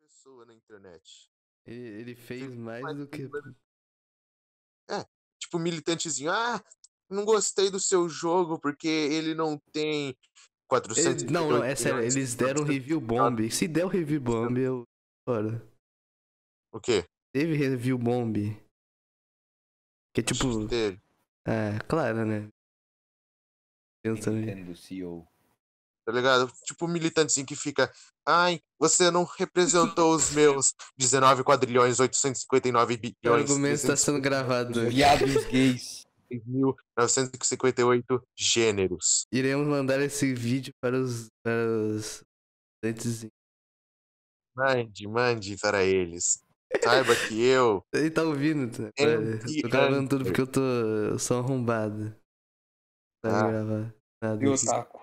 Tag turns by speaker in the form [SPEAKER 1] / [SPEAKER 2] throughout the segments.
[SPEAKER 1] pessoa na internet.
[SPEAKER 2] Ele, ele fez mais do que.
[SPEAKER 1] Tipo, militantezinho, ah, não gostei do seu jogo porque ele não tem 400
[SPEAKER 2] Ele- não, não, é sério,
[SPEAKER 1] milhões de
[SPEAKER 2] eles deram review bomb. Se der o review bomb, eu. Fora.
[SPEAKER 1] O quê?
[SPEAKER 2] Teve review bomb. Que é
[SPEAKER 1] Acho que
[SPEAKER 2] tipo.
[SPEAKER 1] teve.
[SPEAKER 2] É, claro, né? Pensando. em-
[SPEAKER 3] Nintendo CEO.
[SPEAKER 1] Tá ligado? Tipo, militantezinho que fica, ai, você não representou os meus 19 quadrilhões, 859
[SPEAKER 2] O
[SPEAKER 1] bilhões,
[SPEAKER 2] argumento está sendo gravado.
[SPEAKER 3] Viados gays.
[SPEAKER 1] 306.958 gêneros.
[SPEAKER 2] Iremos mandar esse vídeo para os. Para os. estudantes.
[SPEAKER 1] Mande, mande para eles. Saiba que eu.
[SPEAKER 2] Ele tá ouvindo, tá?
[SPEAKER 1] É
[SPEAKER 2] Olha,
[SPEAKER 1] um
[SPEAKER 2] eu tô gravando tudo
[SPEAKER 1] gigante.
[SPEAKER 2] porque eu tô. Eu sou arrombado. Pra
[SPEAKER 1] Ah.
[SPEAKER 2] gravar. Nada.
[SPEAKER 3] E o
[SPEAKER 2] aqui.
[SPEAKER 3] saco.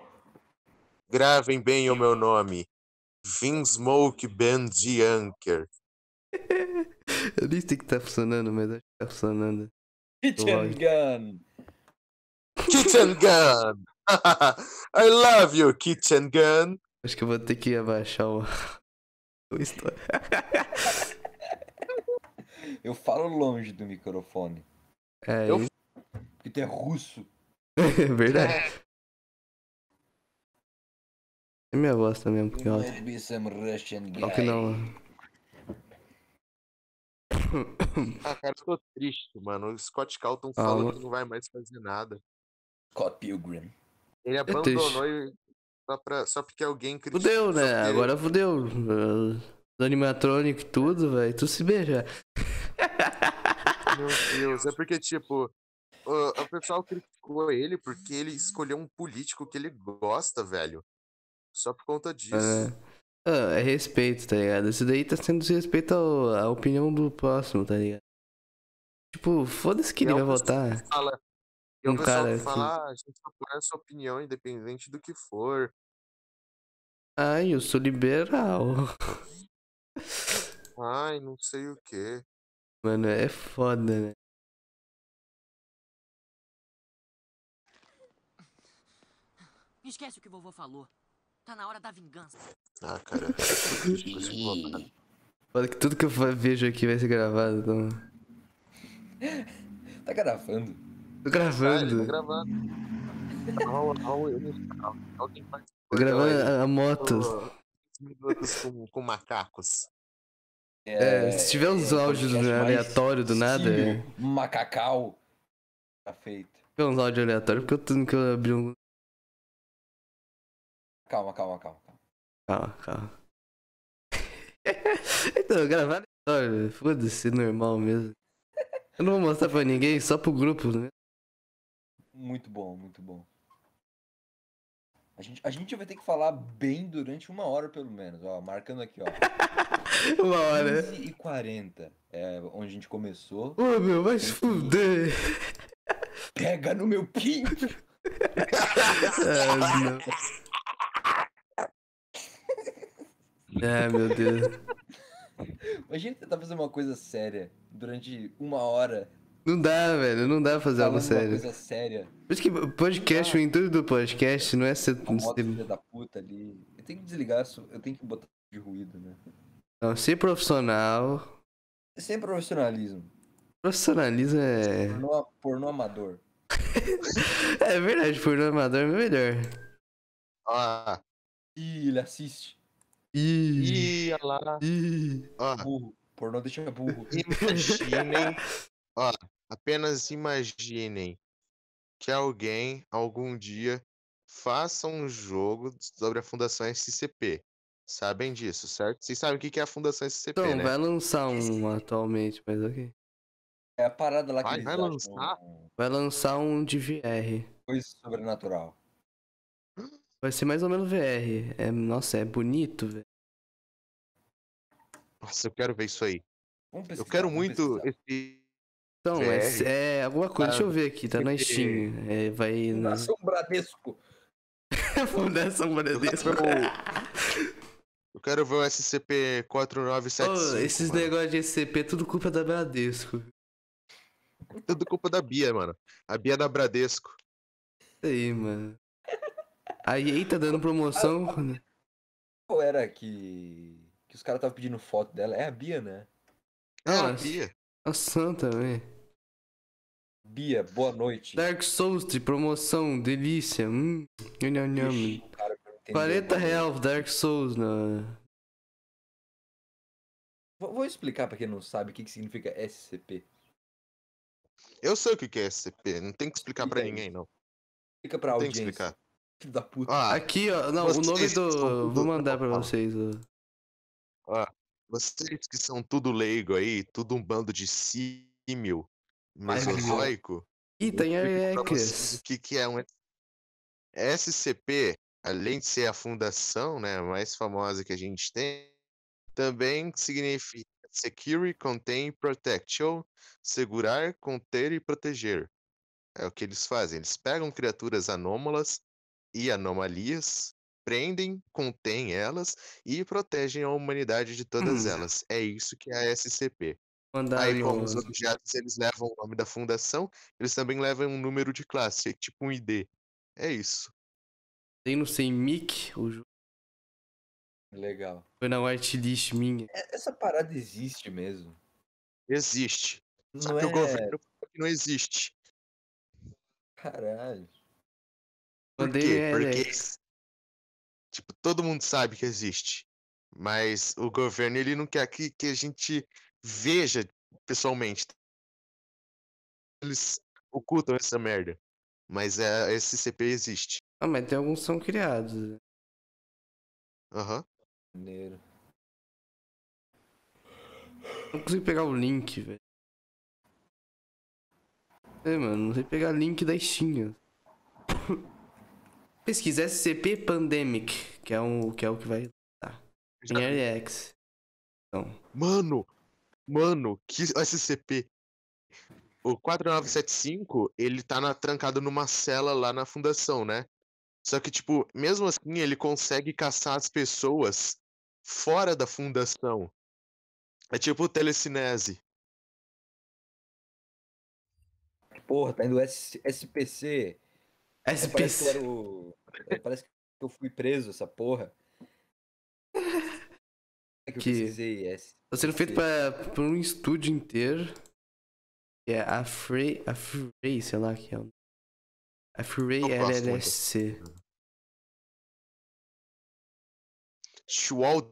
[SPEAKER 1] Gravem bem o meu nome. Vinsmoke Bendy Anker.
[SPEAKER 2] Eu nem sei que tá funcionando, mas acho que tá funcionando.
[SPEAKER 3] Kitchen
[SPEAKER 2] Lógico.
[SPEAKER 3] Gun.
[SPEAKER 1] Kitchen Gun! I love you, Kitchen Gun!
[SPEAKER 2] Acho que eu vou ter que abaixar o. o esto-
[SPEAKER 3] Eu falo longe do microfone.
[SPEAKER 2] É,
[SPEAKER 1] Eu-
[SPEAKER 2] isso.
[SPEAKER 3] Porque tu é russo.
[SPEAKER 2] é verdade. É minha voz também, um pouquinho alta.
[SPEAKER 3] Might be some Russian guy.
[SPEAKER 2] Só que não.
[SPEAKER 1] Ah, cara, eu tô triste, mano. O Scott Calton
[SPEAKER 2] Ah,
[SPEAKER 1] falou
[SPEAKER 2] mano.
[SPEAKER 1] que não vai mais fazer nada.
[SPEAKER 3] Scott Pilgrim.
[SPEAKER 1] Ele
[SPEAKER 2] É triste.
[SPEAKER 1] abandonou e só, pra, só porque alguém criticou.
[SPEAKER 2] Fudeu, né?
[SPEAKER 1] só porque-
[SPEAKER 2] Agora fudeu. Os animatronic, tudo, velho. Tu se beijar.
[SPEAKER 1] Meu Deus, é porque, tipo, o, o pessoal criticou ele porque ele escolheu um político que ele gosta, velho. Só por conta disso.
[SPEAKER 2] É. Ah, é respeito, tá ligado? Isso daí tá sendo desrespeito ao- à opinião do próximo, tá ligado? Tipo, foda-se que
[SPEAKER 1] É
[SPEAKER 2] ele vai
[SPEAKER 1] um pessoal que
[SPEAKER 2] votar.
[SPEAKER 1] Fala. E o
[SPEAKER 2] Um
[SPEAKER 1] pessoal
[SPEAKER 2] cara
[SPEAKER 1] que
[SPEAKER 2] que-
[SPEAKER 1] fala, ah, a gente apoia a sua opinião, independente do que for.
[SPEAKER 2] Ai, eu sou liberal.
[SPEAKER 1] Ai, não sei o quê.
[SPEAKER 2] Mano, é foda, né?
[SPEAKER 4] Esquece o que vovô falou. Tá na hora da vingança.
[SPEAKER 1] Ah, cara. eu tô triste com esse povo, cara.
[SPEAKER 2] Foda que tudo que eu fa- vejo aqui vai ser gravado, então.
[SPEAKER 3] Tá gravando?
[SPEAKER 2] Tô
[SPEAKER 1] Ah, ele
[SPEAKER 2] gravando.
[SPEAKER 1] tá gravando. Raul, Raul, ele- Alguém faz
[SPEAKER 2] Tô
[SPEAKER 1] cordão
[SPEAKER 2] gravando
[SPEAKER 1] aí,
[SPEAKER 2] a, a moto.
[SPEAKER 1] pô, 15 minutos com, com macacos.
[SPEAKER 2] É, se tiver uns
[SPEAKER 3] o
[SPEAKER 2] áudios
[SPEAKER 3] podcast é, mais
[SPEAKER 2] aleatórios do nada, é.
[SPEAKER 3] símil, Macacau. Tá feito.
[SPEAKER 2] Tem uns áudios aleatórios, porque eu tô que eu abri um.
[SPEAKER 3] Calma, calma, calma. calma.
[SPEAKER 2] Calma, calma. então, gravar aleatório, foda-se, normal mesmo. Eu não vou mostrar pra ninguém, só pro grupo, né?
[SPEAKER 3] Muito bom, muito bom. A gente, a gente vai ter que falar bem durante uma hora, pelo menos. Ó, marcando aqui, ó.
[SPEAKER 2] Uma hora. né?
[SPEAKER 3] 15 e 40 é onde a gente começou.
[SPEAKER 2] Ô meu, vai se fuder.
[SPEAKER 3] Pega no meu pinto!
[SPEAKER 2] Ah, não. Ah, meu Deus.
[SPEAKER 3] Imagina tentar fazer uma coisa séria durante uma hora.
[SPEAKER 2] Não dá, velho. Não dá pra fazer algo
[SPEAKER 3] falando Uma
[SPEAKER 2] sério.
[SPEAKER 3] coisa séria.
[SPEAKER 2] Por isso que podcast, o intuito do podcast não é ser.
[SPEAKER 3] A moto
[SPEAKER 2] ser-
[SPEAKER 3] filha da puta ali. Eu tenho que desligar, isso- eu tenho que botar de ruído, né?
[SPEAKER 2] Não, ser profissional.
[SPEAKER 3] Sem profissionalismo.
[SPEAKER 2] Profissionalismo é.
[SPEAKER 3] Pornô, pornô amador.
[SPEAKER 2] É verdade, por amador é melhor.
[SPEAKER 1] Ó,
[SPEAKER 3] Ih, ele assiste.
[SPEAKER 2] Ih.
[SPEAKER 1] ih, olha lá,
[SPEAKER 2] Ih.
[SPEAKER 1] ó.
[SPEAKER 3] Burro. Pornô deixa burro.
[SPEAKER 1] Imaginem, ó, apenas imaginem que alguém algum dia faça um jogo sobre a Fundação SCP. Sabem disso, certo? Vocês sabem o que que é a Fundação SCP,
[SPEAKER 2] Então,
[SPEAKER 1] né?
[SPEAKER 2] vai lançar um atualmente, mas ok.
[SPEAKER 3] É a parada lá que
[SPEAKER 1] Vai-
[SPEAKER 3] eles
[SPEAKER 1] vai
[SPEAKER 3] acham
[SPEAKER 1] lançar?
[SPEAKER 2] Vai lançar um de VR.
[SPEAKER 3] coisa sobrenatural.
[SPEAKER 2] Vai ser mais ou menos VR. É, nossa, é bonito, velho.
[SPEAKER 1] Nossa, eu quero ver isso aí.
[SPEAKER 3] Vamos
[SPEAKER 1] Eu
[SPEAKER 3] pesquisar,
[SPEAKER 2] é
[SPEAKER 1] quero
[SPEAKER 3] vamos
[SPEAKER 1] muito
[SPEAKER 3] pesquisar.
[SPEAKER 1] esse.
[SPEAKER 2] Então, é,
[SPEAKER 1] VR.
[SPEAKER 2] é alguma coisa. Deixa eu ver aqui, tá na
[SPEAKER 1] porque-
[SPEAKER 2] Steam. É, vai nas
[SPEAKER 3] Fundação Bradesco.
[SPEAKER 2] Fundação Bradesco.
[SPEAKER 1] Eu quero, eu quero ver o SCP-4975.
[SPEAKER 2] Ô, esses
[SPEAKER 1] mano.
[SPEAKER 2] negócios de SCP, é tudo culpa da Bradesco.
[SPEAKER 1] Tudo culpa da Bia, mano. A Bia da Bradesco.
[SPEAKER 2] Isso aí, mano. A EA tá dando promoção. né?
[SPEAKER 3] Qual era que Que os caras estavam pedindo foto dela. É a Bia, né?
[SPEAKER 1] É, a
[SPEAKER 2] Nossa.
[SPEAKER 1] Bia.
[SPEAKER 2] A santa, velho.
[SPEAKER 3] Bia, boa noite.
[SPEAKER 2] Dark Souls de promoção, delícia. Hum. Nham, nham, nham.
[SPEAKER 3] Ixi, o cara não entendeu.
[SPEAKER 2] 40 real Dark Souls na.
[SPEAKER 3] Vou, vou explicar pra quem não sabe o que, que significa SCP.
[SPEAKER 1] Eu sei o que que é SCP, não tem que explicar pra
[SPEAKER 3] Explica aí.
[SPEAKER 1] ninguém, não.
[SPEAKER 3] Explica pra
[SPEAKER 1] Tem que
[SPEAKER 3] audiência.
[SPEAKER 1] explicar.
[SPEAKER 3] Filho da puta.
[SPEAKER 1] Ah,
[SPEAKER 2] Aqui, ó. Não, o
[SPEAKER 1] Vocês
[SPEAKER 2] nome
[SPEAKER 1] são
[SPEAKER 2] do.
[SPEAKER 1] tudo
[SPEAKER 2] Vou mandar pra
[SPEAKER 1] normal.
[SPEAKER 2] vocês, ó.
[SPEAKER 1] Vocês que são tudo leigo aí, tudo um bando de símio mesozoico.
[SPEAKER 2] Ih, tem
[SPEAKER 1] eu explico pra vocês
[SPEAKER 2] Arecas.
[SPEAKER 1] O que, que é um SCP, além de ser a fundação né, mais famosa que a gente tem, também significa Secure, Contain, Protection, segurar, conter e proteger. É o que eles fazem. Eles pegam criaturas anômalas e anomalias, prendem, contêm elas e protegem a humanidade de todas
[SPEAKER 2] Hum.
[SPEAKER 1] elas. É isso que é a SCP.
[SPEAKER 2] Mandar
[SPEAKER 1] Aí,
[SPEAKER 2] ali
[SPEAKER 1] como
[SPEAKER 2] um.
[SPEAKER 1] os objetos eles levam o nome da fundação, eles também levam um número de classe, é tipo um ID. É isso.
[SPEAKER 2] Tem no sem mic. O jogo
[SPEAKER 3] Legal.
[SPEAKER 2] foi na whitelist minha.
[SPEAKER 3] É- Essa parada existe mesmo.
[SPEAKER 1] Existe. Só
[SPEAKER 3] Não
[SPEAKER 1] que
[SPEAKER 3] é...
[SPEAKER 1] o governo falou que não existe.
[SPEAKER 3] Caralho.
[SPEAKER 1] Por
[SPEAKER 2] Mandei
[SPEAKER 3] é,
[SPEAKER 1] quê?
[SPEAKER 2] Arex.
[SPEAKER 1] Porque tipo, todo mundo sabe que existe. Mas o governo ele não quer que, que a gente veja pessoalmente. Eles ocultam essa merda. Mas é, esse CP existe.
[SPEAKER 2] Ah, mas tem alguns que são criados. né?
[SPEAKER 1] Aham.
[SPEAKER 3] Maneiro.
[SPEAKER 2] Não consigo pegar o link, velho. É, mano, não sei pegar link da Steam. ó. Pesquisa SCP Pandemic, que é, um, que é o que vai em
[SPEAKER 3] É,
[SPEAKER 2] RX.
[SPEAKER 1] Mano, mano, que SCP. O 4975, ele tá na- trancado numa cela lá na fundação, né? Só que, tipo, mesmo assim, ele consegue caçar as pessoas fora da fundação. É tipo telecinese.
[SPEAKER 3] Porra, tá indo S- SPC. É, parece, que eu
[SPEAKER 2] SPC.
[SPEAKER 3] era o... é, parece que eu fui preso, essa porra. É que eu
[SPEAKER 2] Que-
[SPEAKER 3] pesquisei S.
[SPEAKER 2] Tá sendo feito pra, por um estúdio inteiro. Que é a Frey. A Frey, sei lá que é o. A Frey
[SPEAKER 1] Não gosto muito.
[SPEAKER 2] LLC.
[SPEAKER 1] Schwald,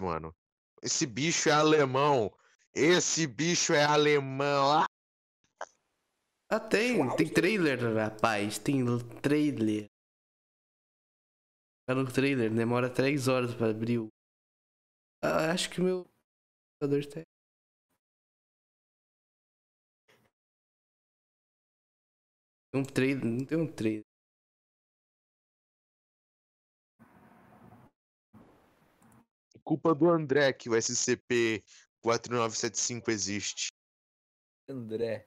[SPEAKER 1] mano. Esse bicho é alemão. Esse bicho é alemão. Ah,
[SPEAKER 2] Ah, tem. Tem
[SPEAKER 1] é
[SPEAKER 2] trailer, rapaz. Tem trailer. Tá no trailer. Demora 3 horas pra abrir o. Ah, acho que o meu computador tá. Tem um trailer. Não tem um trailer.
[SPEAKER 1] culpa do André que o SCP 4975 existe.
[SPEAKER 3] André.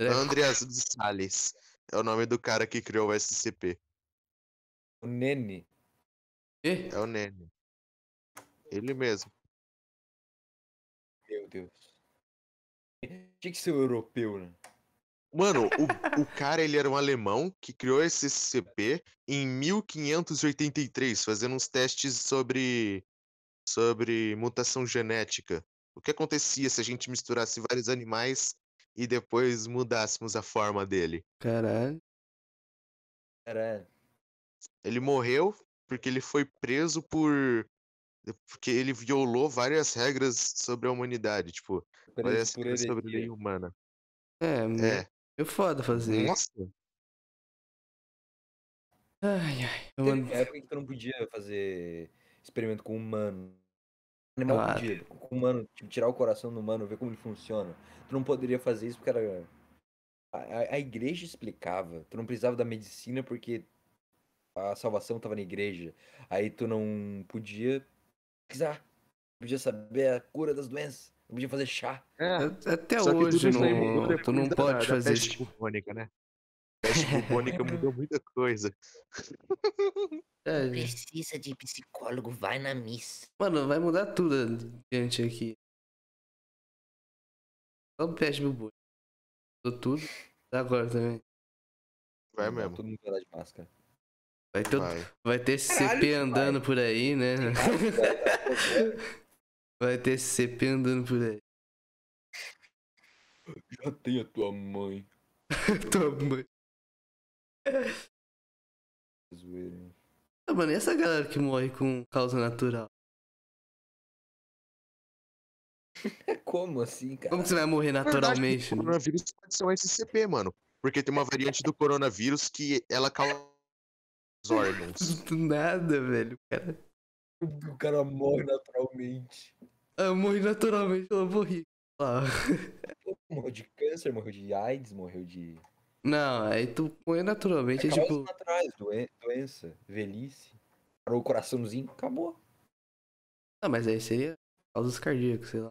[SPEAKER 1] Andreas de Salles é o nome do cara que criou o SCP.
[SPEAKER 3] O Nene.
[SPEAKER 2] Ih,
[SPEAKER 1] É o Nene. Ele mesmo.
[SPEAKER 3] Meu Deus. Tinha que ser o europeu, né?
[SPEAKER 1] Mano, o, o cara ele era um alemão que criou esse SCP em 1583, fazendo uns testes sobre sobre mutação genética. O que acontecia se a gente misturasse vários animais e depois mudássemos a forma dele?
[SPEAKER 2] Caralho.
[SPEAKER 3] Caralho.
[SPEAKER 1] Ele morreu porque ele foi preso por porque ele violou várias regras sobre a humanidade, tipo,
[SPEAKER 3] Preso
[SPEAKER 1] Parece
[SPEAKER 3] por
[SPEAKER 1] que é sobre lei
[SPEAKER 3] heresia.
[SPEAKER 1] humana.
[SPEAKER 2] É, é.
[SPEAKER 1] É.
[SPEAKER 2] meio foda fazer.
[SPEAKER 1] Nossa.
[SPEAKER 2] Ai, ai. Eu
[SPEAKER 3] Teve
[SPEAKER 2] mando...
[SPEAKER 3] uma época que tu não podia fazer experimento com humano. Animal
[SPEAKER 2] Claro.
[SPEAKER 3] podia. Com humano, tipo, tirar o coração do humano, ver como ele funciona. Tu não poderia fazer isso porque era. A, a- a igreja explicava. Tu não precisava da medicina porque a salvação tava na igreja. Aí tu não podia pesquisar. Não podia saber a cura das doenças. Não podia fazer chá.
[SPEAKER 1] É.
[SPEAKER 2] A- Até
[SPEAKER 1] Só que tudo
[SPEAKER 2] hoje
[SPEAKER 1] isso aí mudou
[SPEAKER 2] não,
[SPEAKER 1] depois
[SPEAKER 2] tu não
[SPEAKER 1] da-
[SPEAKER 2] pode
[SPEAKER 1] da
[SPEAKER 2] fazer
[SPEAKER 1] Peste bubônica, né? É. A Peste bubônica mudou muita coisa.
[SPEAKER 2] É,
[SPEAKER 4] Precisa de psicólogo, vai na missa.
[SPEAKER 2] Mano, vai mudar tudo diante aqui. Só o peste bubu. Mudou tudo. Agora também.
[SPEAKER 1] Vai
[SPEAKER 3] Não,
[SPEAKER 1] É mesmo.
[SPEAKER 3] Todo mundo vai andar de máscara.
[SPEAKER 2] Vai ter,
[SPEAKER 1] Vai.
[SPEAKER 2] vai ter esse
[SPEAKER 3] Caralho,
[SPEAKER 2] CP
[SPEAKER 3] vai.
[SPEAKER 2] andando por aí, né? Vai ter esse CP andando por aí.
[SPEAKER 3] Já tem a tua mãe.
[SPEAKER 2] Tua mãe.
[SPEAKER 3] É Zoeira.
[SPEAKER 2] Ah, mano, e essa galera que morre com causa natural?
[SPEAKER 3] Como assim, cara?
[SPEAKER 2] Como que você vai morrer naturalmente?
[SPEAKER 1] o
[SPEAKER 2] mano?
[SPEAKER 1] coronavírus pode ser um SCP, mano. Porque tem uma variante do coronavírus que ela causa os órgãos.
[SPEAKER 2] Do nada, velho. Cara,
[SPEAKER 3] O cara morre naturalmente.
[SPEAKER 2] Ah, eu morri naturalmente, eu morri. Ah.
[SPEAKER 3] Morreu de câncer, morreu de AIDS, morreu de.
[SPEAKER 2] Não, aí tu morrer naturalmente é
[SPEAKER 3] Causas
[SPEAKER 2] tipo.
[SPEAKER 3] naturais, doen- doença, velhice. Parou o coraçãozinho, acabou.
[SPEAKER 2] Ah, mas aí seria causas cardíacas, sei lá.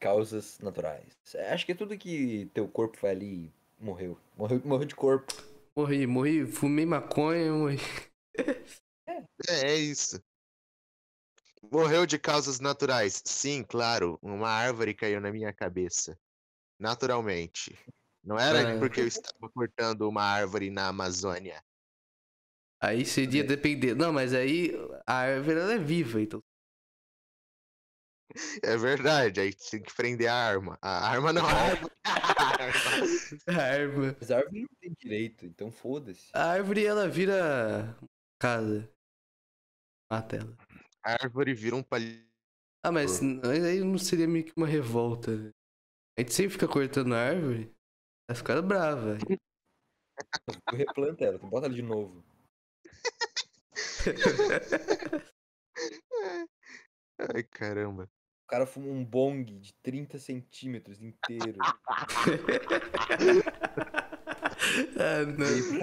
[SPEAKER 3] Causas naturais. É, Acho que é tudo que teu corpo foi ali e morreu. Morreu, morreu de corpo.
[SPEAKER 2] Morri, morri, fumei maconha, morri.
[SPEAKER 1] É, é isso. Morreu de causas naturais. Sim, claro. Uma árvore caiu na minha cabeça. Naturalmente. Não era
[SPEAKER 2] Ah.
[SPEAKER 1] porque eu estava cortando uma árvore na Amazônia.
[SPEAKER 2] Aí seria depender. Não, mas aí a árvore ela é viva, então.
[SPEAKER 1] É verdade. Aí tem que prender a arma. A arma não. A árvore.
[SPEAKER 2] A árvore,
[SPEAKER 3] Mas a árvore não tem direito, então foda-se.
[SPEAKER 2] a árvore ela vira casa. Mata ela.
[SPEAKER 1] A árvore vira um palito.
[SPEAKER 2] Ah, mas n- mas aí não seria meio que uma revolta, né? A gente sempre fica cortando a árvore. As caras bravas.
[SPEAKER 3] Tu replanta ela, tu bota ela de novo.
[SPEAKER 1] Ai, caramba.
[SPEAKER 3] O cara fuma um bong de 30 centímetros inteiro.
[SPEAKER 2] ah, não.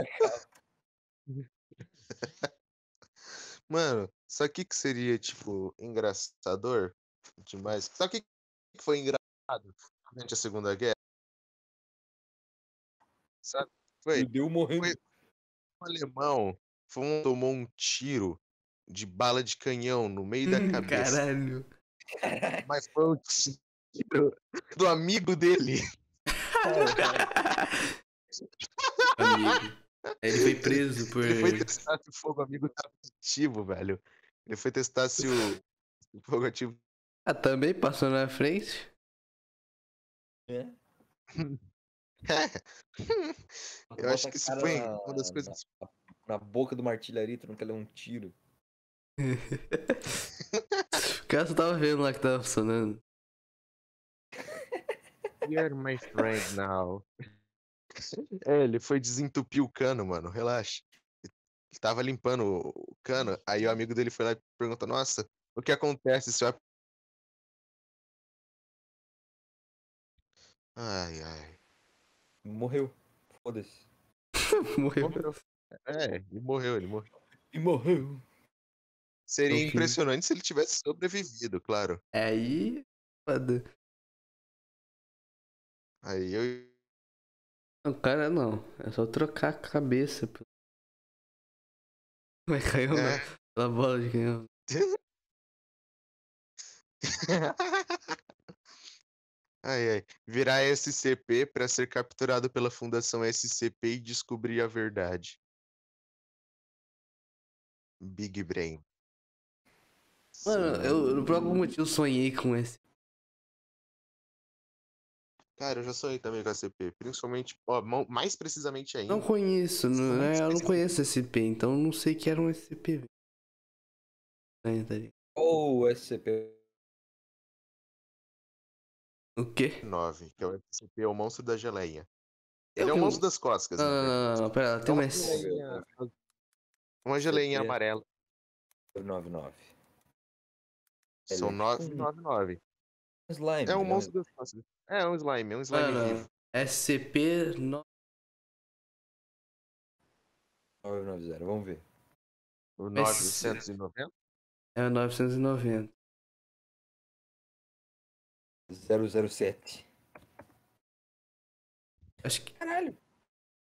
[SPEAKER 1] Mano, sabe o que, que seria, tipo, engraçador demais? Sabe o que, que foi engraçado durante a Segunda Guerra? Sabe? Foi,
[SPEAKER 3] Judeu morrendo.
[SPEAKER 1] Foi- um alemão foi um- tomou um tiro de bala de canhão no meio da
[SPEAKER 2] Hum,
[SPEAKER 1] cabeça,
[SPEAKER 2] Caralho.
[SPEAKER 1] mas foi um tiro do amigo dele.
[SPEAKER 2] Amigo. Ele foi preso por.
[SPEAKER 1] Ele foi testar se o fogo amigo tava ativo, velho. Ele foi testar se o, se o fogo ativo
[SPEAKER 2] Ah, também passou na frente.
[SPEAKER 3] É.
[SPEAKER 1] Eu
[SPEAKER 3] Bota
[SPEAKER 1] acho
[SPEAKER 3] a
[SPEAKER 1] que isso
[SPEAKER 3] cara
[SPEAKER 1] foi
[SPEAKER 3] na-
[SPEAKER 1] uma das coisas.
[SPEAKER 3] na boca de uma artilharia, tu não quer ler um tiro.
[SPEAKER 2] O cara só tava vendo lá que tava funcionando.
[SPEAKER 1] You're my friend now. É, ele foi desentupir o cano, mano. Relaxa. Ele tava limpando o- o cano. Aí o amigo dele foi lá e perguntou: Nossa, o que acontece se eu. ap-" Ai, ai.
[SPEAKER 3] Morreu. Foda-se.
[SPEAKER 2] Morreu.
[SPEAKER 1] Morreu. É, ele morreu, ele morreu.
[SPEAKER 3] E morreu.
[SPEAKER 1] Seria
[SPEAKER 2] fim.
[SPEAKER 1] impressionante se ele tivesse sobrevivido, claro.
[SPEAKER 2] É Aí. Foda.
[SPEAKER 1] Aí eu.
[SPEAKER 2] Não, cara, não. É só trocar a cabeça. pô. Mas caiu na
[SPEAKER 1] É.
[SPEAKER 2] pela bola de canhão.
[SPEAKER 1] Ai, ai. Virar SCP para ser capturado pela Fundação SCP e descobrir a verdade. Big Brain.
[SPEAKER 2] Mano, eu eu por algum
[SPEAKER 1] Sim.
[SPEAKER 2] motivo sonhei com esse.
[SPEAKER 1] Cara, eu já sonhei também com SCP. Principalmente, ó, mo- mais precisamente ainda.
[SPEAKER 2] Não conheço, não,
[SPEAKER 1] Sonho
[SPEAKER 2] né, eu não
[SPEAKER 1] específico.
[SPEAKER 2] conheço SP, então eu não sei que era um SCP. velho. Aí, tá ligado?
[SPEAKER 3] Ou o SCP.
[SPEAKER 2] O quê?
[SPEAKER 1] 9, que é o SCP, é o monstro da geleia.
[SPEAKER 2] Eu
[SPEAKER 1] Ele é o
[SPEAKER 2] que-
[SPEAKER 1] monstro das coscas.
[SPEAKER 2] Não,
[SPEAKER 1] na
[SPEAKER 2] não, não, não, pera lá, tem um
[SPEAKER 1] verdade.
[SPEAKER 2] S.
[SPEAKER 1] Uma geleinha- Uma geleinha
[SPEAKER 3] SCP.
[SPEAKER 1] amarela.
[SPEAKER 3] 99. Ele
[SPEAKER 1] São
[SPEAKER 3] é
[SPEAKER 1] 9,
[SPEAKER 3] tipo um
[SPEAKER 1] 9, 9.
[SPEAKER 3] Slime.
[SPEAKER 1] É um
[SPEAKER 3] né?
[SPEAKER 1] monstro das costas. É um slime, é um slime
[SPEAKER 2] Mano.
[SPEAKER 1] vivo.
[SPEAKER 2] SCP. No...
[SPEAKER 3] 990, vamos ver.
[SPEAKER 1] O
[SPEAKER 2] Mas-
[SPEAKER 1] 990.
[SPEAKER 2] É o 990.
[SPEAKER 3] 007.
[SPEAKER 2] Acho que,
[SPEAKER 3] Caralho,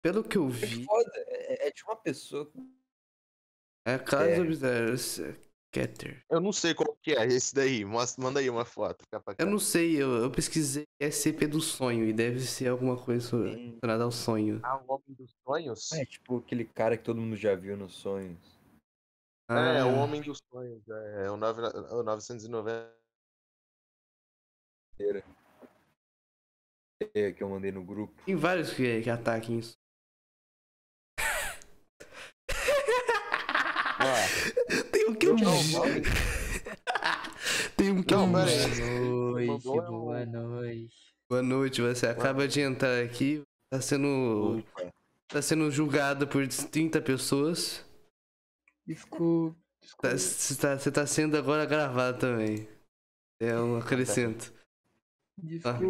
[SPEAKER 2] pelo que eu
[SPEAKER 3] que
[SPEAKER 2] vi,
[SPEAKER 3] é, foda. É, é de uma pessoa.
[SPEAKER 2] é caso
[SPEAKER 3] É.
[SPEAKER 2] observe. Scatter.
[SPEAKER 1] Eu não sei qual que é esse daí. Mostra, manda aí uma foto. Capa,
[SPEAKER 2] Eu não sei, eu, eu pesquisei SCP do sonho e deve ser alguma coisa so- relacionada ao sonho.
[SPEAKER 1] Ah, o Homem dos Sonhos?
[SPEAKER 3] É tipo aquele cara que todo mundo já viu nos sonhos.
[SPEAKER 1] É,
[SPEAKER 2] Ah,
[SPEAKER 1] o Homem dos Sonhos. É, é o, 9, o 990.
[SPEAKER 3] É, Que eu mandei no grupo.
[SPEAKER 2] Tem vários que, que ataquem isso.
[SPEAKER 1] Ué,
[SPEAKER 2] Tem um que eu
[SPEAKER 1] não, o Homem
[SPEAKER 2] Tem um que eu
[SPEAKER 1] Não, pera aí.
[SPEAKER 5] Boa noite,
[SPEAKER 1] mandou é um-
[SPEAKER 5] boa noite.
[SPEAKER 2] Boa noite, você acaba de entrar aqui. Tá sendo.
[SPEAKER 3] Opa.
[SPEAKER 2] Tá sendo julgado por 30 pessoas.
[SPEAKER 5] Desculpa.
[SPEAKER 2] Tá- Você tá, você tá sendo agora gravado também. É um acrescento.
[SPEAKER 5] Desculpa,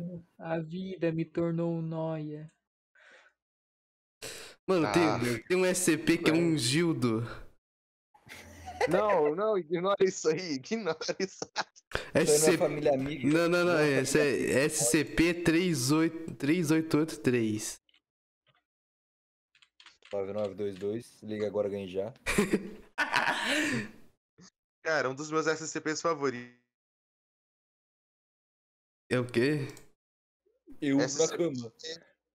[SPEAKER 5] né? a vida me tornou um nóia.
[SPEAKER 2] Mano,
[SPEAKER 1] Ah.
[SPEAKER 2] tem, tem um SCP que é um Gildo.
[SPEAKER 1] Não, não, ignora isso aí, ignora isso.
[SPEAKER 3] Sonho na
[SPEAKER 2] SCP.
[SPEAKER 3] família amiga.
[SPEAKER 2] Não, não, não.
[SPEAKER 3] Não,
[SPEAKER 2] é,
[SPEAKER 3] tá
[SPEAKER 2] Esse é SCP-38883.
[SPEAKER 3] 9922, liga agora, ganha já.
[SPEAKER 1] Cara, um dos meus SCPs favoritos.
[SPEAKER 2] É o quê?
[SPEAKER 3] Eu na
[SPEAKER 1] SCP
[SPEAKER 3] cama.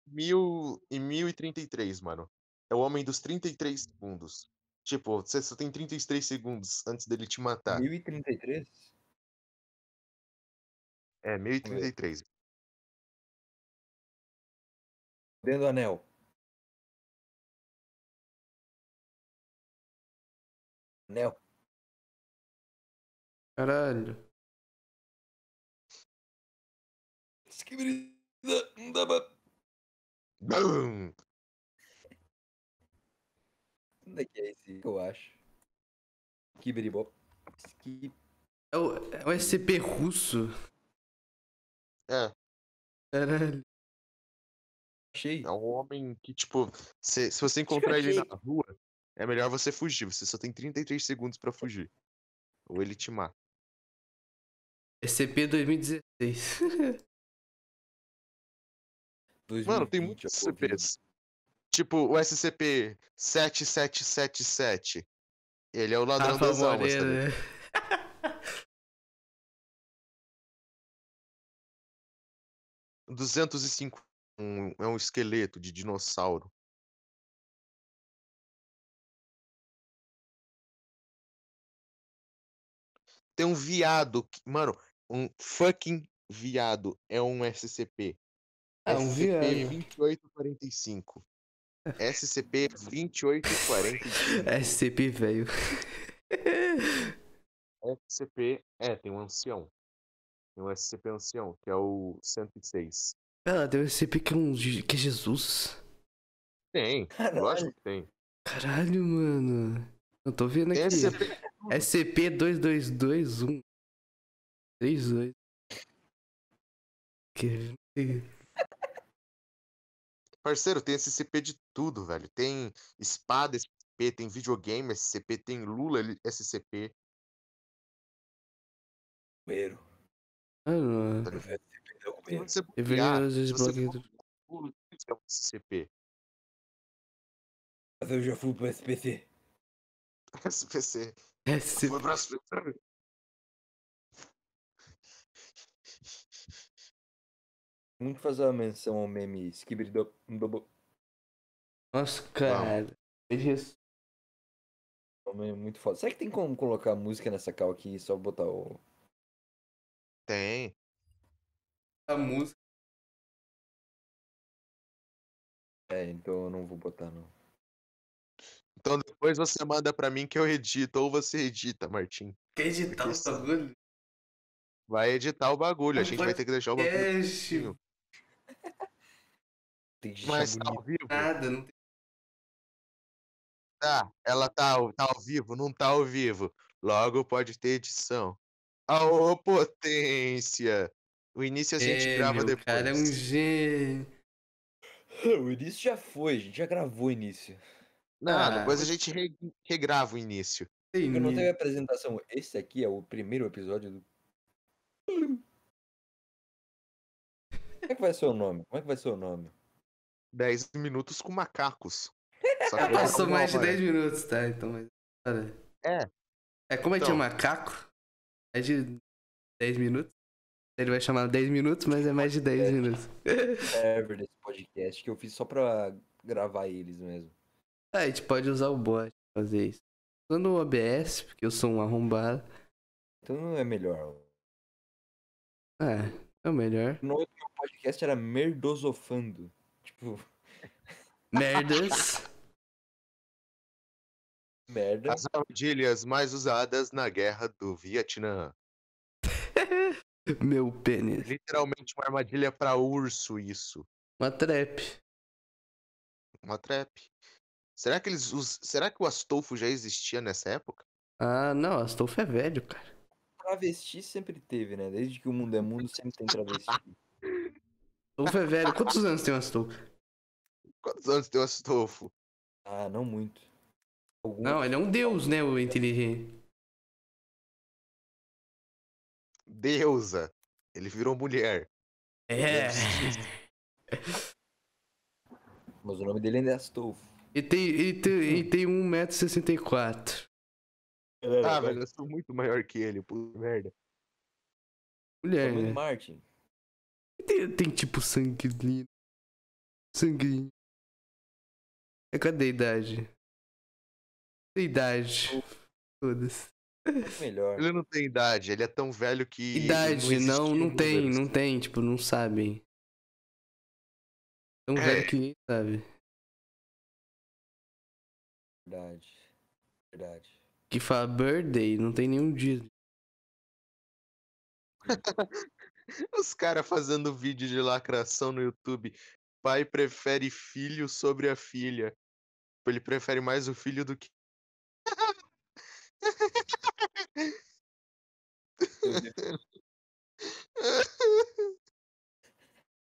[SPEAKER 1] Mil e 1033, mano. É o Homem dos 33 segundos. Tipo, você só tem 33 segundos antes dele te matar.
[SPEAKER 3] 1033?
[SPEAKER 1] É, 1033.
[SPEAKER 3] Dentro do anel. Anel.
[SPEAKER 2] Caralho.
[SPEAKER 3] Onde
[SPEAKER 1] Bum!
[SPEAKER 3] é que é esse? Eu acho. Kibiribop. Skip.
[SPEAKER 2] É o, é o SCP russo.
[SPEAKER 1] É,
[SPEAKER 2] Caralho.
[SPEAKER 3] Achei.
[SPEAKER 1] é um homem que, tipo, se, se você encontrar ele na rua, é melhor você fugir. Você só tem 33 segundos pra fugir. Ou ele te mata.
[SPEAKER 2] SCP 2016.
[SPEAKER 3] 2020,
[SPEAKER 1] Mano, tem
[SPEAKER 3] eu
[SPEAKER 1] muitos
[SPEAKER 3] ouvi.
[SPEAKER 1] SCPs. Tipo, o SCP-7777. Ele é o ladrão
[SPEAKER 2] Rafa
[SPEAKER 1] das almas. tá ligado?
[SPEAKER 2] Moreira.
[SPEAKER 1] O 205 um- é um esqueleto de dinossauro. Tem um viado. que- mano, um fucking viado é um SCP.
[SPEAKER 2] É um viado.
[SPEAKER 1] SCP-2845. SCP-2845.
[SPEAKER 2] SCP, velho.
[SPEAKER 1] SCP. É, tem um ancião. Tem um SCP ancião, que é o 106.
[SPEAKER 2] Ela tem um SCP que é um. Je- Que é Jesus.
[SPEAKER 1] Tem, lógico que tem.
[SPEAKER 2] Caralho, mano. Eu tô vendo
[SPEAKER 1] Tem
[SPEAKER 2] aqui.
[SPEAKER 1] SCP
[SPEAKER 2] SCP-2221. 32. Que.
[SPEAKER 1] Parceiro, tem SCP de tudo, velho. Tem espada SCP, tem videogame SCP, tem Lula L- SCP.
[SPEAKER 3] Primeiro.
[SPEAKER 2] Mano.
[SPEAKER 3] Perdeu o
[SPEAKER 1] Se
[SPEAKER 3] primeiro.
[SPEAKER 1] você
[SPEAKER 2] Eu
[SPEAKER 1] bobear,
[SPEAKER 2] vejo os
[SPEAKER 1] se você for
[SPEAKER 2] desbloqueios do-
[SPEAKER 1] no Google, tudo é um SCP.
[SPEAKER 3] Mas eu já fui pro SPC.
[SPEAKER 1] SPC.
[SPEAKER 2] SCP.
[SPEAKER 1] Foi pra SPC.
[SPEAKER 3] Vamos fazer uma menção ao meme Skibridop. É
[SPEAKER 2] Nossa, cara. Jesus.
[SPEAKER 3] um meme muito foda. Será que tem como colocar música nessa cal aqui e só botar o.
[SPEAKER 1] Tem.
[SPEAKER 2] A música.
[SPEAKER 3] É, então eu não vou botar, não.
[SPEAKER 1] Então depois você manda pra mim que eu edito, ou você edita, Martim.
[SPEAKER 2] Quer editar o bagulho?
[SPEAKER 1] Vai editar o bagulho, a
[SPEAKER 2] Não
[SPEAKER 1] gente
[SPEAKER 2] foi-
[SPEAKER 1] vai ter que deixar o
[SPEAKER 2] é,
[SPEAKER 1] bagulho.
[SPEAKER 2] Cash.
[SPEAKER 1] bonitinho.
[SPEAKER 3] Tem que deixar
[SPEAKER 1] Mas tá ao
[SPEAKER 3] bonito.
[SPEAKER 1] vivo?
[SPEAKER 2] Nada, não tem.
[SPEAKER 1] Tá, ela tá, ao- tá ao vivo? Não tá ao vivo. Logo pode ter edição. Aô, potência! O início a gente grava
[SPEAKER 2] Gênio,
[SPEAKER 1] depois.
[SPEAKER 2] Cara, é um gênio.
[SPEAKER 3] O início já foi, a gente já gravou o início.
[SPEAKER 1] Não,
[SPEAKER 2] Ah,
[SPEAKER 1] depois a gente re- regrava o início.
[SPEAKER 2] Tem
[SPEAKER 3] Eu não
[SPEAKER 2] nível.
[SPEAKER 3] tenho apresentação. Esse aqui é o primeiro episódio do. Como é que vai ser o nome? Como é que vai ser o nome?
[SPEAKER 1] 10 minutos com macacos. Só que vai
[SPEAKER 2] Passou
[SPEAKER 1] ficar uma
[SPEAKER 2] mais de
[SPEAKER 1] hora.
[SPEAKER 2] 10 minutos, tá? Então, mas. Cara.
[SPEAKER 1] É.
[SPEAKER 2] É, como ele
[SPEAKER 1] Então.
[SPEAKER 2] tinha macaco, é de 10 minutos. Ele vai chamar 10 minutos, mas é mais de 10 minutos.
[SPEAKER 3] server desse podcast que eu fiz só pra gravar eles mesmo.
[SPEAKER 2] Ah, a gente pode usar o bot pra fazer isso. Usando o OBS, porque eu sou um arrombado.
[SPEAKER 3] Então não é melhor.
[SPEAKER 2] Ah, é o melhor.
[SPEAKER 3] O nome do meu podcast era Merdosofando. Tipo,
[SPEAKER 2] Merdas.
[SPEAKER 3] merda.
[SPEAKER 1] As armadilhas mais usadas na guerra do Vietnã.
[SPEAKER 2] Meu pênis.
[SPEAKER 1] Literalmente uma armadilha pra urso isso.
[SPEAKER 2] Uma trap.
[SPEAKER 1] Uma trap. Será que eles us- será que o Astolfo já existia nessa época?
[SPEAKER 2] Ah, não, Astolfo é velho, cara.
[SPEAKER 3] Travesti sempre teve, né? Desde que o mundo é mundo, sempre tem travesti.
[SPEAKER 2] Astolfo é velho. Quantos anos tem o Astolfo?
[SPEAKER 1] Quantos anos tem o Astolfo?
[SPEAKER 3] Ah, não muito. Algum-
[SPEAKER 2] Não, ele é um deus, né, o inteligente.
[SPEAKER 1] Deusa. Ele virou mulher.
[SPEAKER 2] É.
[SPEAKER 3] Mas o nome dele ainda é Astolfo.
[SPEAKER 2] Ele tem, ele tem, ele tem 1,64m.
[SPEAKER 1] Ah, velho, eu sou muito maior que ele, puta merda.
[SPEAKER 2] Mulher,
[SPEAKER 3] Tamanho do
[SPEAKER 2] né?
[SPEAKER 3] Martin.
[SPEAKER 2] Tem, tem tipo sanguinho. Sanguinho. É cadê a idade? Tem idade. Foda-se.
[SPEAKER 3] Melhor.
[SPEAKER 1] Ele não tem idade, ele é tão velho que. ele
[SPEAKER 2] Idade, não,
[SPEAKER 1] existia
[SPEAKER 2] não
[SPEAKER 1] em
[SPEAKER 2] tem,
[SPEAKER 1] números.
[SPEAKER 2] não tem, tipo, não sabem. Tão velho
[SPEAKER 1] É.
[SPEAKER 2] que ninguém sabe.
[SPEAKER 3] Verdade. Verdade.
[SPEAKER 2] Que fala birthday, não tem nenhum dia.
[SPEAKER 1] Os caras fazendo vídeo de lacração no YouTube. Pai prefere filho sobre a filha. Tipo, Ele prefere mais o filho do que.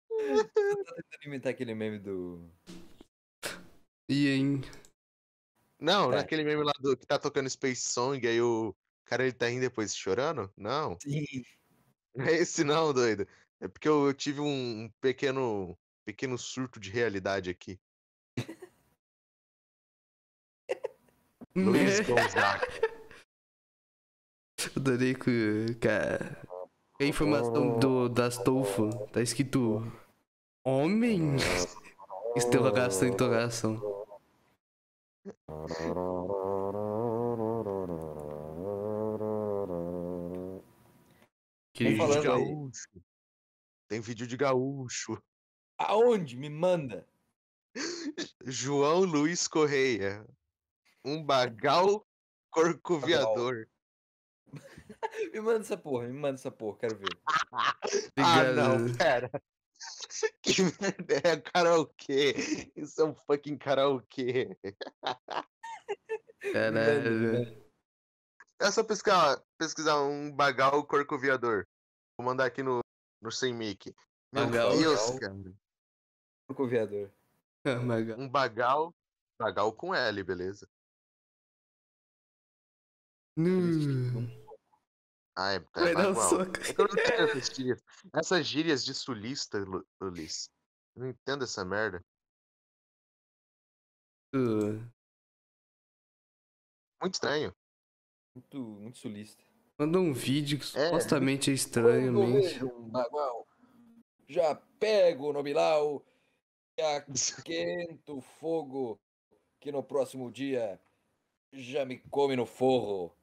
[SPEAKER 3] Tentando imitar aquele meme do.
[SPEAKER 2] E hein?
[SPEAKER 1] Não,
[SPEAKER 3] É.
[SPEAKER 1] naquele meme lá do que tá tocando Space Song, aí o cara ele tá rindo depois chorando? Não.
[SPEAKER 3] Sim.
[SPEAKER 1] Não é esse não, doido. É porque eu, eu tive um, um pequeno pequeno surto de realidade aqui.
[SPEAKER 2] é?
[SPEAKER 1] Luiz Gonzaga.
[SPEAKER 2] Adorei que. Cara. A informação do, do Astolfo tá escrito. Homem? Interrogação, interrogação.
[SPEAKER 1] Tem vídeo
[SPEAKER 2] Que
[SPEAKER 3] Vamos
[SPEAKER 1] de
[SPEAKER 3] falando aí.
[SPEAKER 1] gaúcho. Tem vídeo de gaúcho.
[SPEAKER 3] Aonde? Me manda.
[SPEAKER 1] João Luiz Correia. Um bagal corcoviador.
[SPEAKER 3] Me manda essa porra, me manda essa porra, quero ver.
[SPEAKER 1] Ah,
[SPEAKER 2] Obrigado.
[SPEAKER 1] não, pera. Que merda é karaokê? Isso é um fucking karaokê.
[SPEAKER 2] Caralho.
[SPEAKER 1] É só pesquisar, pesquisar um bagal corcoviador. Vou mandar aqui no, no sem mic. Meu
[SPEAKER 2] Bagal.
[SPEAKER 1] Deus, cara.
[SPEAKER 3] Porco veador.
[SPEAKER 2] Ah, Magal.
[SPEAKER 1] Um bagal. Bagal com L, beleza? Hum.
[SPEAKER 2] Não.
[SPEAKER 1] Ah, é, tá
[SPEAKER 2] Vai dar um
[SPEAKER 1] bagual.
[SPEAKER 2] soco.
[SPEAKER 1] É que Eu não entendo essas gírias. Essas gírias de sulista, Lu- Ulisses. Eu Não entendo essa merda. Muito estranho.
[SPEAKER 3] Muito, muito sulista.
[SPEAKER 2] Manda um vídeo que
[SPEAKER 1] É,
[SPEAKER 2] supostamente é estranho,
[SPEAKER 3] Quando
[SPEAKER 2] mente.
[SPEAKER 3] vejo um bagual, já pego no bilau e aquento o fogo, que no próximo dia já me come no forro.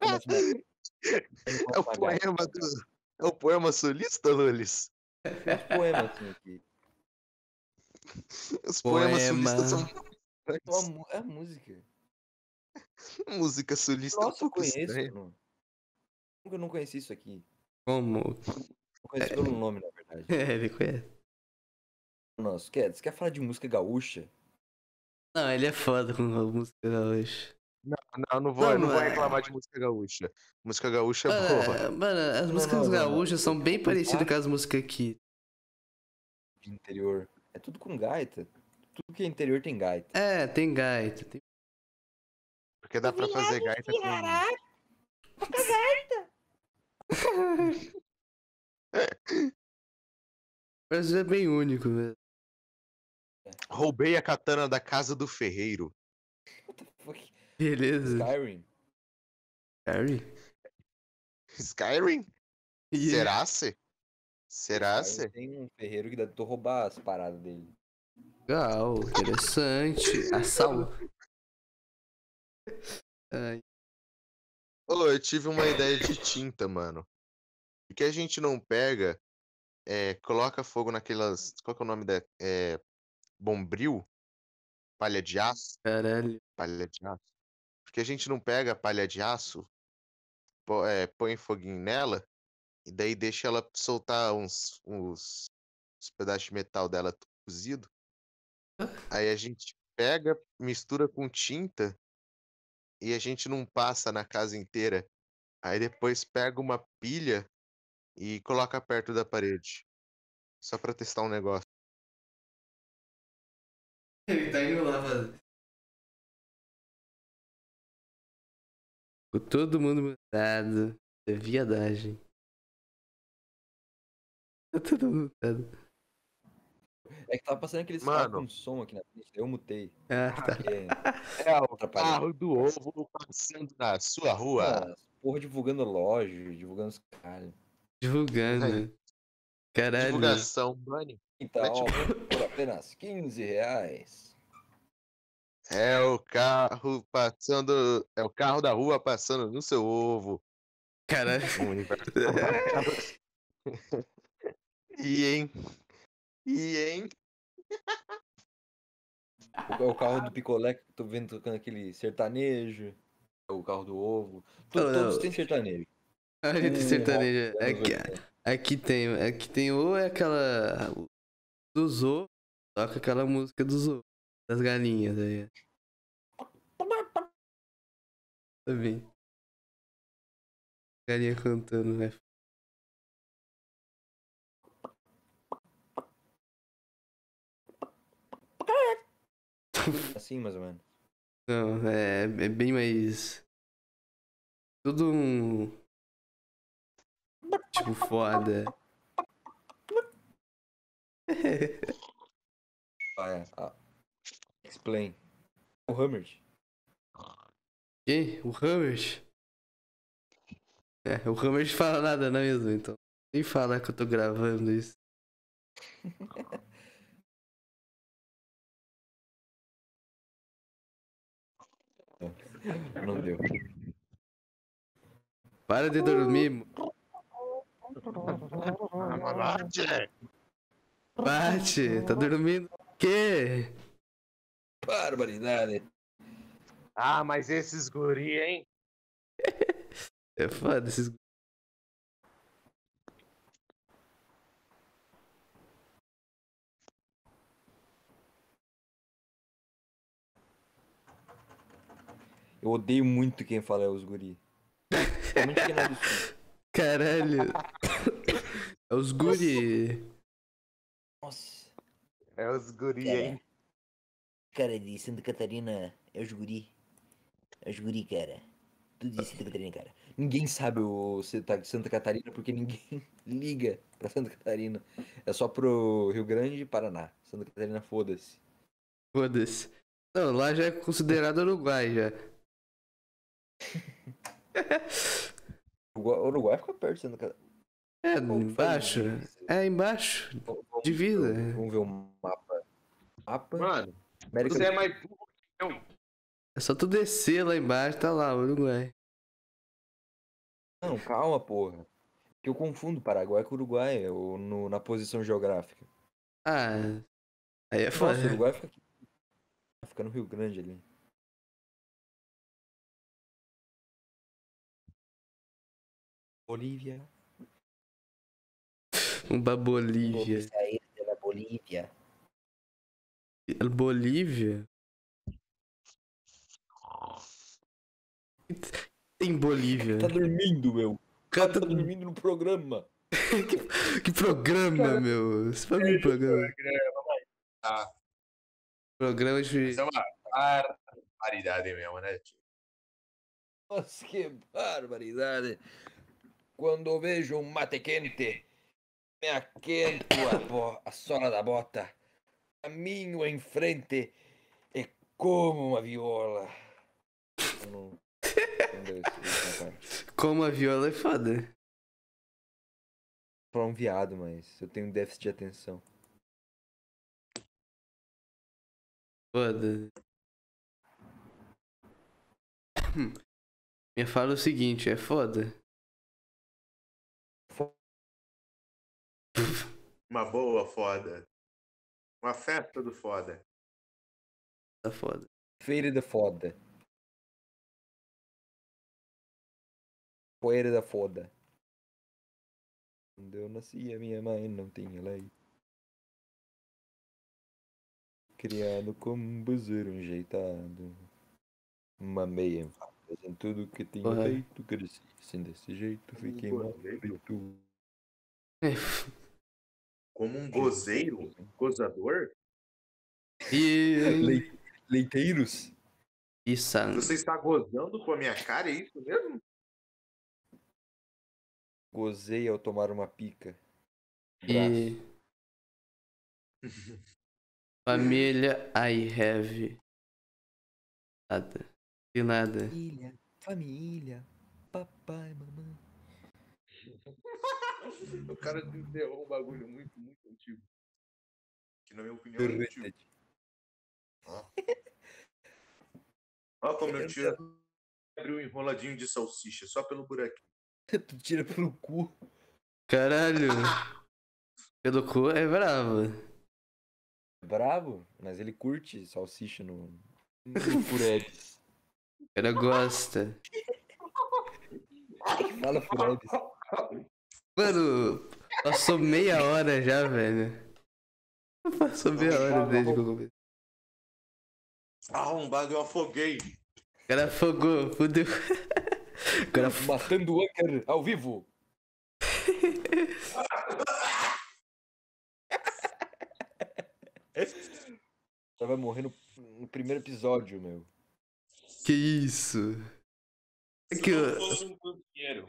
[SPEAKER 3] Como assim, né?
[SPEAKER 1] É o poema do. É o poema sulista, Lulis?
[SPEAKER 3] É um poema, assim, aqui.
[SPEAKER 1] Os poemas sulistas são
[SPEAKER 3] É uma mu- É música.
[SPEAKER 1] música sulista. é um
[SPEAKER 3] Nossa, eu
[SPEAKER 1] pouco
[SPEAKER 3] conheço.
[SPEAKER 1] estranha.
[SPEAKER 3] mano. Como que eu não conheci isso aqui?
[SPEAKER 2] Como?
[SPEAKER 3] Eu conheci pelo nome, na verdade.
[SPEAKER 2] É, ele conhece.
[SPEAKER 3] Nossa, quer, você quer falar de música gaúcha?
[SPEAKER 2] Não, ele é foda com a música gaúcha.
[SPEAKER 1] Não, eu não vou, eu
[SPEAKER 2] Não,
[SPEAKER 1] não vou
[SPEAKER 2] é- Ah,
[SPEAKER 1] reclamar de música gaúcha. Música gaúcha é boa.
[SPEAKER 2] Mano, eh, mano, as
[SPEAKER 3] Não,
[SPEAKER 2] músicas
[SPEAKER 3] não, não, não.
[SPEAKER 2] gaúchas são bem
[SPEAKER 3] Eu
[SPEAKER 2] parecidas
[SPEAKER 3] acho-
[SPEAKER 2] com as músicas aqui.
[SPEAKER 3] De interior. É tudo com gaita. Tudo que é interior tem gaita.
[SPEAKER 2] É, tem gaita. Tem...
[SPEAKER 1] Porque dá pra fazer gaita com.
[SPEAKER 2] O Brasil é bem único, velho.
[SPEAKER 1] Roubei a katana da casa do ferreiro. Hum.
[SPEAKER 3] What the fuck?
[SPEAKER 2] Beleza.
[SPEAKER 3] Skyrim.
[SPEAKER 2] Harry?
[SPEAKER 1] Skyrim? Será se? Será
[SPEAKER 3] Cara,
[SPEAKER 1] se?
[SPEAKER 3] Tem um ferreiro que dá tentou roubar as paradas dele.
[SPEAKER 2] Legal, interessante. A saúde. Ai,
[SPEAKER 1] Ô, eu tive uma ideia de tinta, mano. Por que a gente não pega, é, coloca fogo naquelas. Qual que é o nome da. É, bombril? Palha de aço?
[SPEAKER 2] caralho.
[SPEAKER 1] Palha de aço. Por que a gente não pega a palha de aço, pô- é, põe foguinho nela, e daí deixa ela soltar uns, uns, uns pedaços de metal dela tudo cozido. Aí a gente pega, mistura com tinta, e a gente não passa na casa inteira. Aí depois pega uma pilha e coloca perto da parede. Só pra testar um negócio.
[SPEAKER 2] Ele tá indo lá fazer. Ficou Tipo, todo mundo mutado. É viadagem. Tá todo mundo mutado.
[SPEAKER 3] É que tava passando aqueles
[SPEAKER 1] Mano.
[SPEAKER 3] caras com som aqui na frente, daí eu mutei.
[SPEAKER 2] Ah, tá.
[SPEAKER 3] porque É, atrapalhando.
[SPEAKER 1] do ovo passando na sua rua.
[SPEAKER 3] As porra divulgando loja, divulgando os caralho.
[SPEAKER 2] Divulgando. Caralho.
[SPEAKER 1] Divulgação, Bunny.
[SPEAKER 3] Então,
[SPEAKER 1] Mete o-
[SPEAKER 3] por apenas 15 reais.
[SPEAKER 1] É o carro passando. É o carro da rua passando no seu ovo.
[SPEAKER 2] Caralho.
[SPEAKER 1] Um universo paralelo. e hein? E hein?
[SPEAKER 3] É O, o carro do picolé que eu tô vendo tocando aquele sertanejo. é O carro do ovo. To-
[SPEAKER 2] Não,
[SPEAKER 3] todos
[SPEAKER 2] não.
[SPEAKER 3] têm sertanejo.
[SPEAKER 2] Olha de
[SPEAKER 3] Um
[SPEAKER 2] sertaneja.
[SPEAKER 3] rock
[SPEAKER 2] é
[SPEAKER 3] dos
[SPEAKER 2] Aqui,
[SPEAKER 3] anos 80.
[SPEAKER 2] aqui tem. Aqui tem ou é aquela. Do Zorro. Toca aquela música do Zorro. Das galinhas aí. Também. Galinha cantando, né?
[SPEAKER 3] Assim, mais ou menos.
[SPEAKER 2] Não, é, é bem mais. Tudo um. Tipo, foda.
[SPEAKER 3] Ah, é. Ah. Explain. O Hummert.
[SPEAKER 2] Quem? O Hammers? É, o Hammers fala nada, não é mesmo? Então, nem falar que eu tô gravando isso.
[SPEAKER 3] Não deu.
[SPEAKER 2] Para de dormir, mo- bate, tá dormindo. Que?
[SPEAKER 3] Barbaridade.
[SPEAKER 1] Ah, mas esses guri, hein?
[SPEAKER 2] É foda esses.
[SPEAKER 3] Eu odeio muito quem fala é os guri. Principalmente quem não é do sul.
[SPEAKER 2] Caralho. É os guri.
[SPEAKER 3] Nossa.
[SPEAKER 1] É os guri,
[SPEAKER 3] Cara,
[SPEAKER 1] hein?
[SPEAKER 3] cara de Santa Catarina é os guri. É os guri, cara. Tudo de Santa Catarina, cara. Ninguém sabe o sotaque de Santa Catarina porque ninguém liga pra Santa Catarina. É só pro Rio Grande e Paraná. Santa Catarina, foda-se.
[SPEAKER 2] Foda-se. Não, lá já é considerado Uruguai já.
[SPEAKER 3] Uruguai, Uruguai fica perto de Santa Catarina.
[SPEAKER 2] É, embaixo. É embaixo. Divida.
[SPEAKER 3] Vamos ver o mapa. Mapa.
[SPEAKER 1] Mano,
[SPEAKER 3] América
[SPEAKER 1] você
[SPEAKER 3] do
[SPEAKER 1] é mais burro.
[SPEAKER 2] É só tu descer lá embaixo, tá lá, Uruguai.
[SPEAKER 3] Não, calma, porra. Que eu confundo Paraguai com Uruguai eu, no- na posição geográfica.
[SPEAKER 2] Ah. Aí é
[SPEAKER 3] Nossa, o
[SPEAKER 2] foda.
[SPEAKER 3] Uruguai fica aqui. Fica no Rio Grande ali. Bolívia.
[SPEAKER 2] Uma Um Bolívia.
[SPEAKER 3] sair é da Bolívia.
[SPEAKER 2] Bolívia? Tem Bolívia.
[SPEAKER 3] Tá dormindo, meu.
[SPEAKER 2] Cara,
[SPEAKER 3] Tá
[SPEAKER 2] tá-
[SPEAKER 3] dormindo no programa.
[SPEAKER 2] Que programa, meu? Você fala um programa.
[SPEAKER 1] Ah.
[SPEAKER 2] Programa de.
[SPEAKER 1] Isso é uma barbaridade mesmo, né? tio?
[SPEAKER 3] Nossa, que barbaridade. Quando eu vejo um mate quente, me aquento a, bo- a sola da bota, caminho em frente e como uma viola. Eu não- tipo não deu isso, isso não foi.
[SPEAKER 2] Como a viola é foda.
[SPEAKER 3] falar um viado, mas eu tenho um déficit de atenção.
[SPEAKER 2] Foda. Minha fala é o seguinte, é foda.
[SPEAKER 1] Uma boa foda. Uma festa do foda.
[SPEAKER 2] Tá foda.
[SPEAKER 3] Feira da foda. Poeira da foda. Quando eu nasci, a minha mãe não tinha lei. Criado como um bezerro enjeitado. Uma meia facas em tudo que tinha
[SPEAKER 2] Porra.
[SPEAKER 3] feito. Cresci assim desse jeito,
[SPEAKER 1] Uhum.
[SPEAKER 3] fiquei
[SPEAKER 1] Porra.
[SPEAKER 3] mal feito.
[SPEAKER 2] É foda.
[SPEAKER 1] Como um gozeiro, gozador.
[SPEAKER 2] E...
[SPEAKER 3] Lei- Leiteiros?
[SPEAKER 2] e sangue.
[SPEAKER 1] Você está gozando com a minha cara, é isso mesmo?
[SPEAKER 3] Gozei ao tomar uma pica.
[SPEAKER 2] E... Família, I have. Nada. De nada.
[SPEAKER 3] Família, família, papai, mamãe.
[SPEAKER 1] o cara desenterrou um bagulho muito, muito antigo. Que na minha opinião é antigo.
[SPEAKER 3] Derretete.
[SPEAKER 1] Olha como eu tiro. Abriu um enroladinho de salsicha, só pelo buraquinho.
[SPEAKER 3] Tu tira pelo cu.
[SPEAKER 2] Caralho. Pelo cu é brava.
[SPEAKER 3] Bravo, mas ele curte salsicha no, no Furebs.
[SPEAKER 2] O cara gosta.
[SPEAKER 3] Fala Furebs.
[SPEAKER 2] Mano, passou meia hora já, velho. Passou meia hora desde que eu comecei.
[SPEAKER 1] Arrombado, Ah, um eu afoguei.
[SPEAKER 2] O cara afogou, fudeu. O cara afogou.
[SPEAKER 3] Matando o Anker ao vivo. Já vai morrer no, no primeiro episódio, meu.
[SPEAKER 2] Que isso? É Que
[SPEAKER 1] Se não
[SPEAKER 2] o,
[SPEAKER 1] fosse um cozinheiro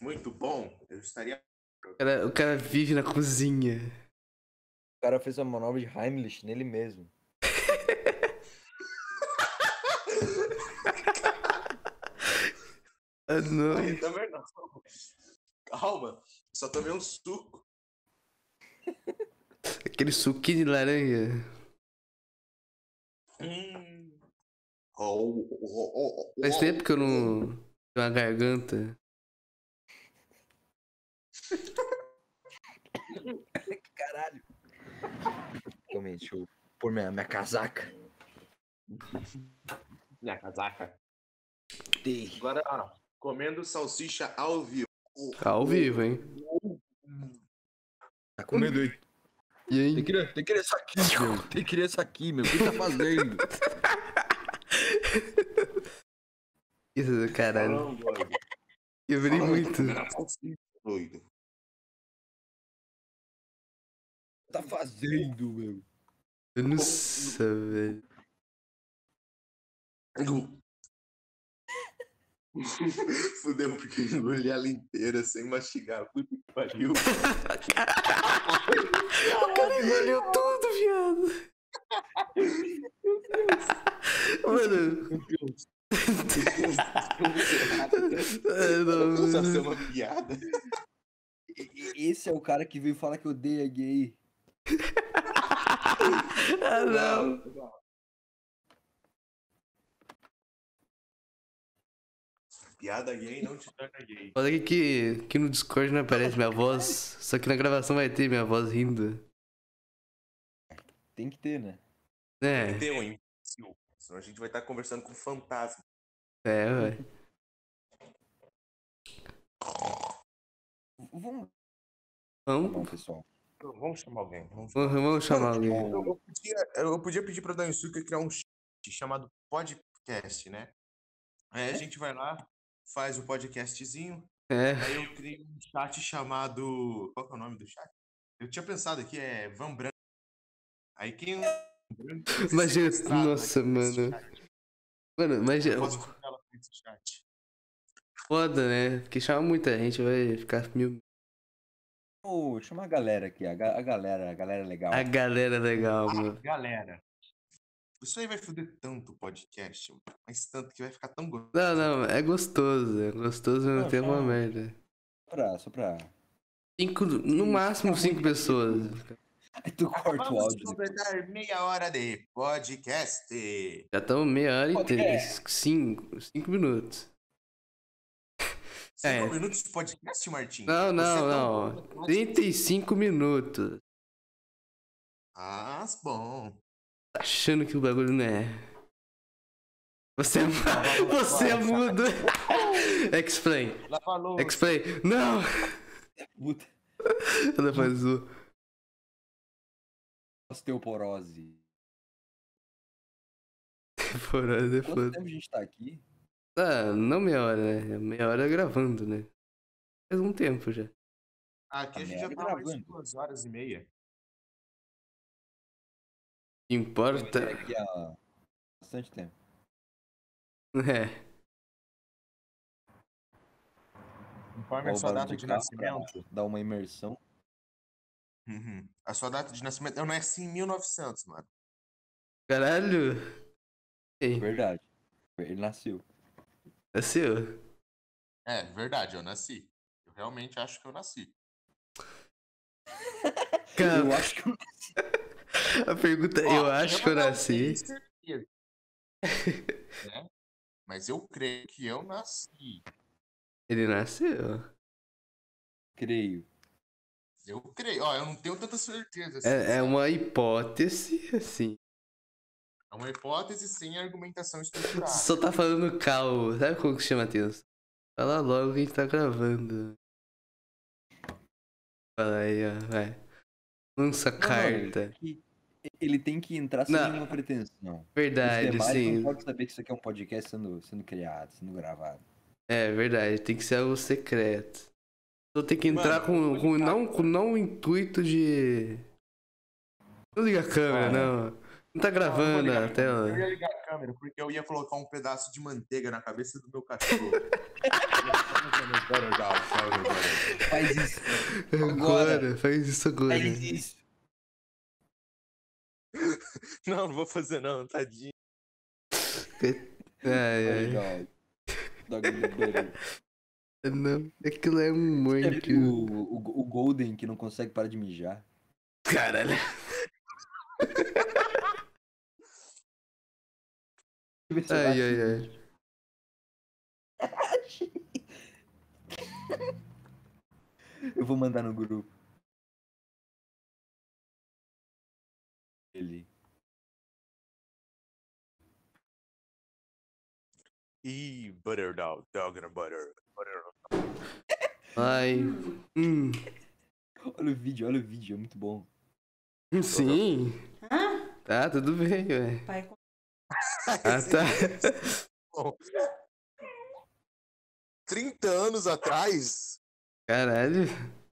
[SPEAKER 1] muito bom, eu estaria.
[SPEAKER 2] cara, o cara vive na cozinha.
[SPEAKER 3] O cara fez uma manobra de Heimlich nele mesmo.
[SPEAKER 2] Ah, não.
[SPEAKER 1] Ai, também não. Calma, só tomei um suco.
[SPEAKER 2] Aquele suquinho de laranja.
[SPEAKER 1] Hum. Oh, oh, oh, oh,
[SPEAKER 2] Faz
[SPEAKER 1] oh.
[SPEAKER 2] tempo que eu não tenho uma garganta.
[SPEAKER 3] Caralho. Realmente, deixa eu pôr minha, minha casaca.
[SPEAKER 1] Minha casaca.
[SPEAKER 3] Dei.
[SPEAKER 1] Agora, ó, comendo salsicha ao vivo.
[SPEAKER 2] Ao vivo, hein?
[SPEAKER 3] Tá comendo aí.
[SPEAKER 2] E
[SPEAKER 3] Tem
[SPEAKER 2] aí?
[SPEAKER 3] que, tem que ler isso aqui, meu. Tem que ler isso aqui, meu. O que tá fazendo?
[SPEAKER 2] Isso, caralho.
[SPEAKER 1] Caramba, doido.
[SPEAKER 2] Eu virei muito.
[SPEAKER 1] doido.
[SPEAKER 3] tá fazendo, meu?
[SPEAKER 2] Nossa, velho.
[SPEAKER 1] Fudeu, porque eu engoli ela inteira sem mastigar. Puta que pariu.
[SPEAKER 2] O cara engoliu tudo, viado. Mano. É, não,
[SPEAKER 1] Só ser uma piada.
[SPEAKER 3] Esse é o cara que veio falar que odeia gay.
[SPEAKER 2] Ah, não.
[SPEAKER 1] Piada gay não te torna gay.
[SPEAKER 2] Olha aqui que, que no Discord não aparece minha voz. Só que na gravação vai ter minha voz rindo.
[SPEAKER 3] Tem que ter, né?
[SPEAKER 2] É,
[SPEAKER 1] Deu, hein? Senão a gente vai estar conversando com fantasma.
[SPEAKER 2] é, vai.
[SPEAKER 3] V- Vamos
[SPEAKER 2] Vamos,
[SPEAKER 3] não, pessoal.
[SPEAKER 1] Vamos chamar alguém. Vamos...
[SPEAKER 2] vamos, vamos chamar alguém.
[SPEAKER 3] Uhum.
[SPEAKER 1] Eu, eu podia, eu podia pedir pra Dainsuke criar um chat chamado podcast, né?
[SPEAKER 3] É?
[SPEAKER 1] Aí a gente vai lá, faz o podcastzinho,
[SPEAKER 2] É.
[SPEAKER 1] Aí eu criei um chat chamado. Qual que é o nome do chat? Eu tinha pensado aqui, é Van Branco. Aí quem. é
[SPEAKER 2] Imagina,
[SPEAKER 1] Sequestrado
[SPEAKER 2] nossa,
[SPEAKER 1] aqui nesse
[SPEAKER 2] mano.
[SPEAKER 1] chat.
[SPEAKER 2] Mano, mas
[SPEAKER 1] Eu posso
[SPEAKER 2] é
[SPEAKER 1] colocar ela nesse chat.
[SPEAKER 2] foda, né? Porque chama muita gente, vai ficar mil.
[SPEAKER 3] Ô, chama
[SPEAKER 2] é
[SPEAKER 3] a galera aqui, a, ga- a galera, a galera legal.
[SPEAKER 2] A galera legal, mano.
[SPEAKER 1] Galera. Isso aí vai foder tanto o podcast, mano, mas tanto que vai ficar tão gostoso.
[SPEAKER 2] Não, não, é gostoso. É gostoso, mas
[SPEAKER 3] Não,
[SPEAKER 2] não tem uma
[SPEAKER 3] não.
[SPEAKER 2] merda.
[SPEAKER 3] Só pra. Só pra...
[SPEAKER 2] Cinco, no máximo cinco pessoas.
[SPEAKER 3] Aí tu corta o
[SPEAKER 1] Vamos
[SPEAKER 3] áudio.
[SPEAKER 1] completar meia hora de podcast.
[SPEAKER 2] Já estamos meia hora e
[SPEAKER 3] Pode
[SPEAKER 2] três. Cinco, cinco minutos.
[SPEAKER 1] Cinco
[SPEAKER 2] É.
[SPEAKER 1] minutos de podcast, Martim?
[SPEAKER 2] Não,
[SPEAKER 1] Você
[SPEAKER 2] não,
[SPEAKER 1] tá-
[SPEAKER 2] não. 35 minutos.
[SPEAKER 1] Ah, bom.
[SPEAKER 2] Tá achando que o bagulho não é. Você é,
[SPEAKER 3] Não, não,
[SPEAKER 2] você é
[SPEAKER 3] não, não.
[SPEAKER 2] mudo. Explain.
[SPEAKER 1] Lá falou.
[SPEAKER 2] Explain. Não!
[SPEAKER 3] Puta,
[SPEAKER 2] Ela faz o.
[SPEAKER 3] osteoporose.
[SPEAKER 2] Fora, é
[SPEAKER 3] Quanto
[SPEAKER 2] foda.
[SPEAKER 3] tempo a gente tá aqui?
[SPEAKER 2] Ah, não meia hora, né? Meia hora gravando, né? Faz um tempo já.
[SPEAKER 1] Aqui a
[SPEAKER 3] Tá
[SPEAKER 1] gente já
[SPEAKER 3] merda,
[SPEAKER 1] tá mais de
[SPEAKER 3] gravando.
[SPEAKER 1] duas horas e meia.
[SPEAKER 3] Vai ter
[SPEAKER 2] Importa.
[SPEAKER 3] aqui há bastante tempo.
[SPEAKER 2] É.
[SPEAKER 1] Informe a
[SPEAKER 3] Ó, o
[SPEAKER 1] sua
[SPEAKER 3] barulho
[SPEAKER 1] data
[SPEAKER 3] do
[SPEAKER 1] de
[SPEAKER 3] carro pra
[SPEAKER 1] nascimento.
[SPEAKER 3] Dar uma imersão.
[SPEAKER 1] Uhum. A sua data de nascimento. Eu nasci em 1900, mano.
[SPEAKER 2] Caralho! Ei,
[SPEAKER 3] Verdade. Ele nasceu.
[SPEAKER 2] é seu?
[SPEAKER 1] É, verdade, eu nasci. Eu realmente acho que eu nasci.
[SPEAKER 3] Eu
[SPEAKER 2] Cara,
[SPEAKER 3] acho que eu
[SPEAKER 2] a pergunta,
[SPEAKER 1] Ó,
[SPEAKER 2] eu acho que eu
[SPEAKER 3] um
[SPEAKER 1] não
[SPEAKER 2] nasci.
[SPEAKER 1] tenho certeza, né? Mas eu creio que eu nasci.
[SPEAKER 2] Ele nasceu.
[SPEAKER 3] creio.
[SPEAKER 1] Eu creio. Ó, eu não tenho tanta certeza. assim,
[SPEAKER 2] É, é
[SPEAKER 1] sabe?
[SPEAKER 2] uma hipótese, assim.
[SPEAKER 1] É uma hipótese sem argumentação estruturada.
[SPEAKER 2] Só tá falando calmo. Sabe como que chama atenção? Fala logo que a gente tá gravando. Fala aí, ó, vai. Lança
[SPEAKER 3] Não, não, ele
[SPEAKER 2] carta.
[SPEAKER 3] tem que- Ele tem que entrar sem
[SPEAKER 2] Não.
[SPEAKER 3] nenhuma pretensão. Os
[SPEAKER 2] Verdade,
[SPEAKER 3] demais
[SPEAKER 2] sim.
[SPEAKER 3] não pode saber que isso aqui é um podcast sendo, sendo criado, sendo gravado.
[SPEAKER 2] É verdade, tem que ser algo secreto. Então tem que entrar
[SPEAKER 1] Mano,
[SPEAKER 2] com, com, não, com não o intuito de. Não liga a câmera,
[SPEAKER 3] Ah, é.
[SPEAKER 2] não. Não tá
[SPEAKER 1] Não, eu vou
[SPEAKER 2] gravando
[SPEAKER 1] ligar
[SPEAKER 2] a
[SPEAKER 1] a câmera. Eu
[SPEAKER 2] tela.
[SPEAKER 1] ia ligar a câmera porque eu ia colocar um pedaço de manteiga na cabeça do meu cachorro.
[SPEAKER 3] Faz isso.
[SPEAKER 2] Agora, faz isso agora.
[SPEAKER 3] Faz isso.
[SPEAKER 1] não, não vou fazer não, tadinho.
[SPEAKER 2] Ai, ai.
[SPEAKER 3] Tá Legal. Dog Liberty.
[SPEAKER 2] Não, aquilo é um
[SPEAKER 3] Já
[SPEAKER 2] mãe que.
[SPEAKER 3] viu O, o, o Golden que não consegue parar de mijar.
[SPEAKER 2] Caralho.
[SPEAKER 3] Deixa eu ver
[SPEAKER 2] Ai,
[SPEAKER 3] se eu
[SPEAKER 2] ai,
[SPEAKER 3] acho.
[SPEAKER 2] ai.
[SPEAKER 3] Eu vou mandar no grupo. Ele.
[SPEAKER 1] Ih, butter down, dog and butter. butter.
[SPEAKER 2] Ah, Ai. Hum.
[SPEAKER 3] Olha o vídeo, olha o vídeo, é muito bom.
[SPEAKER 2] hum, Sim.
[SPEAKER 6] Hã?
[SPEAKER 2] Tá, tudo bem, ué.
[SPEAKER 6] Pai,
[SPEAKER 2] Ah, tá.
[SPEAKER 1] 30 anos atrás?
[SPEAKER 2] Caralho.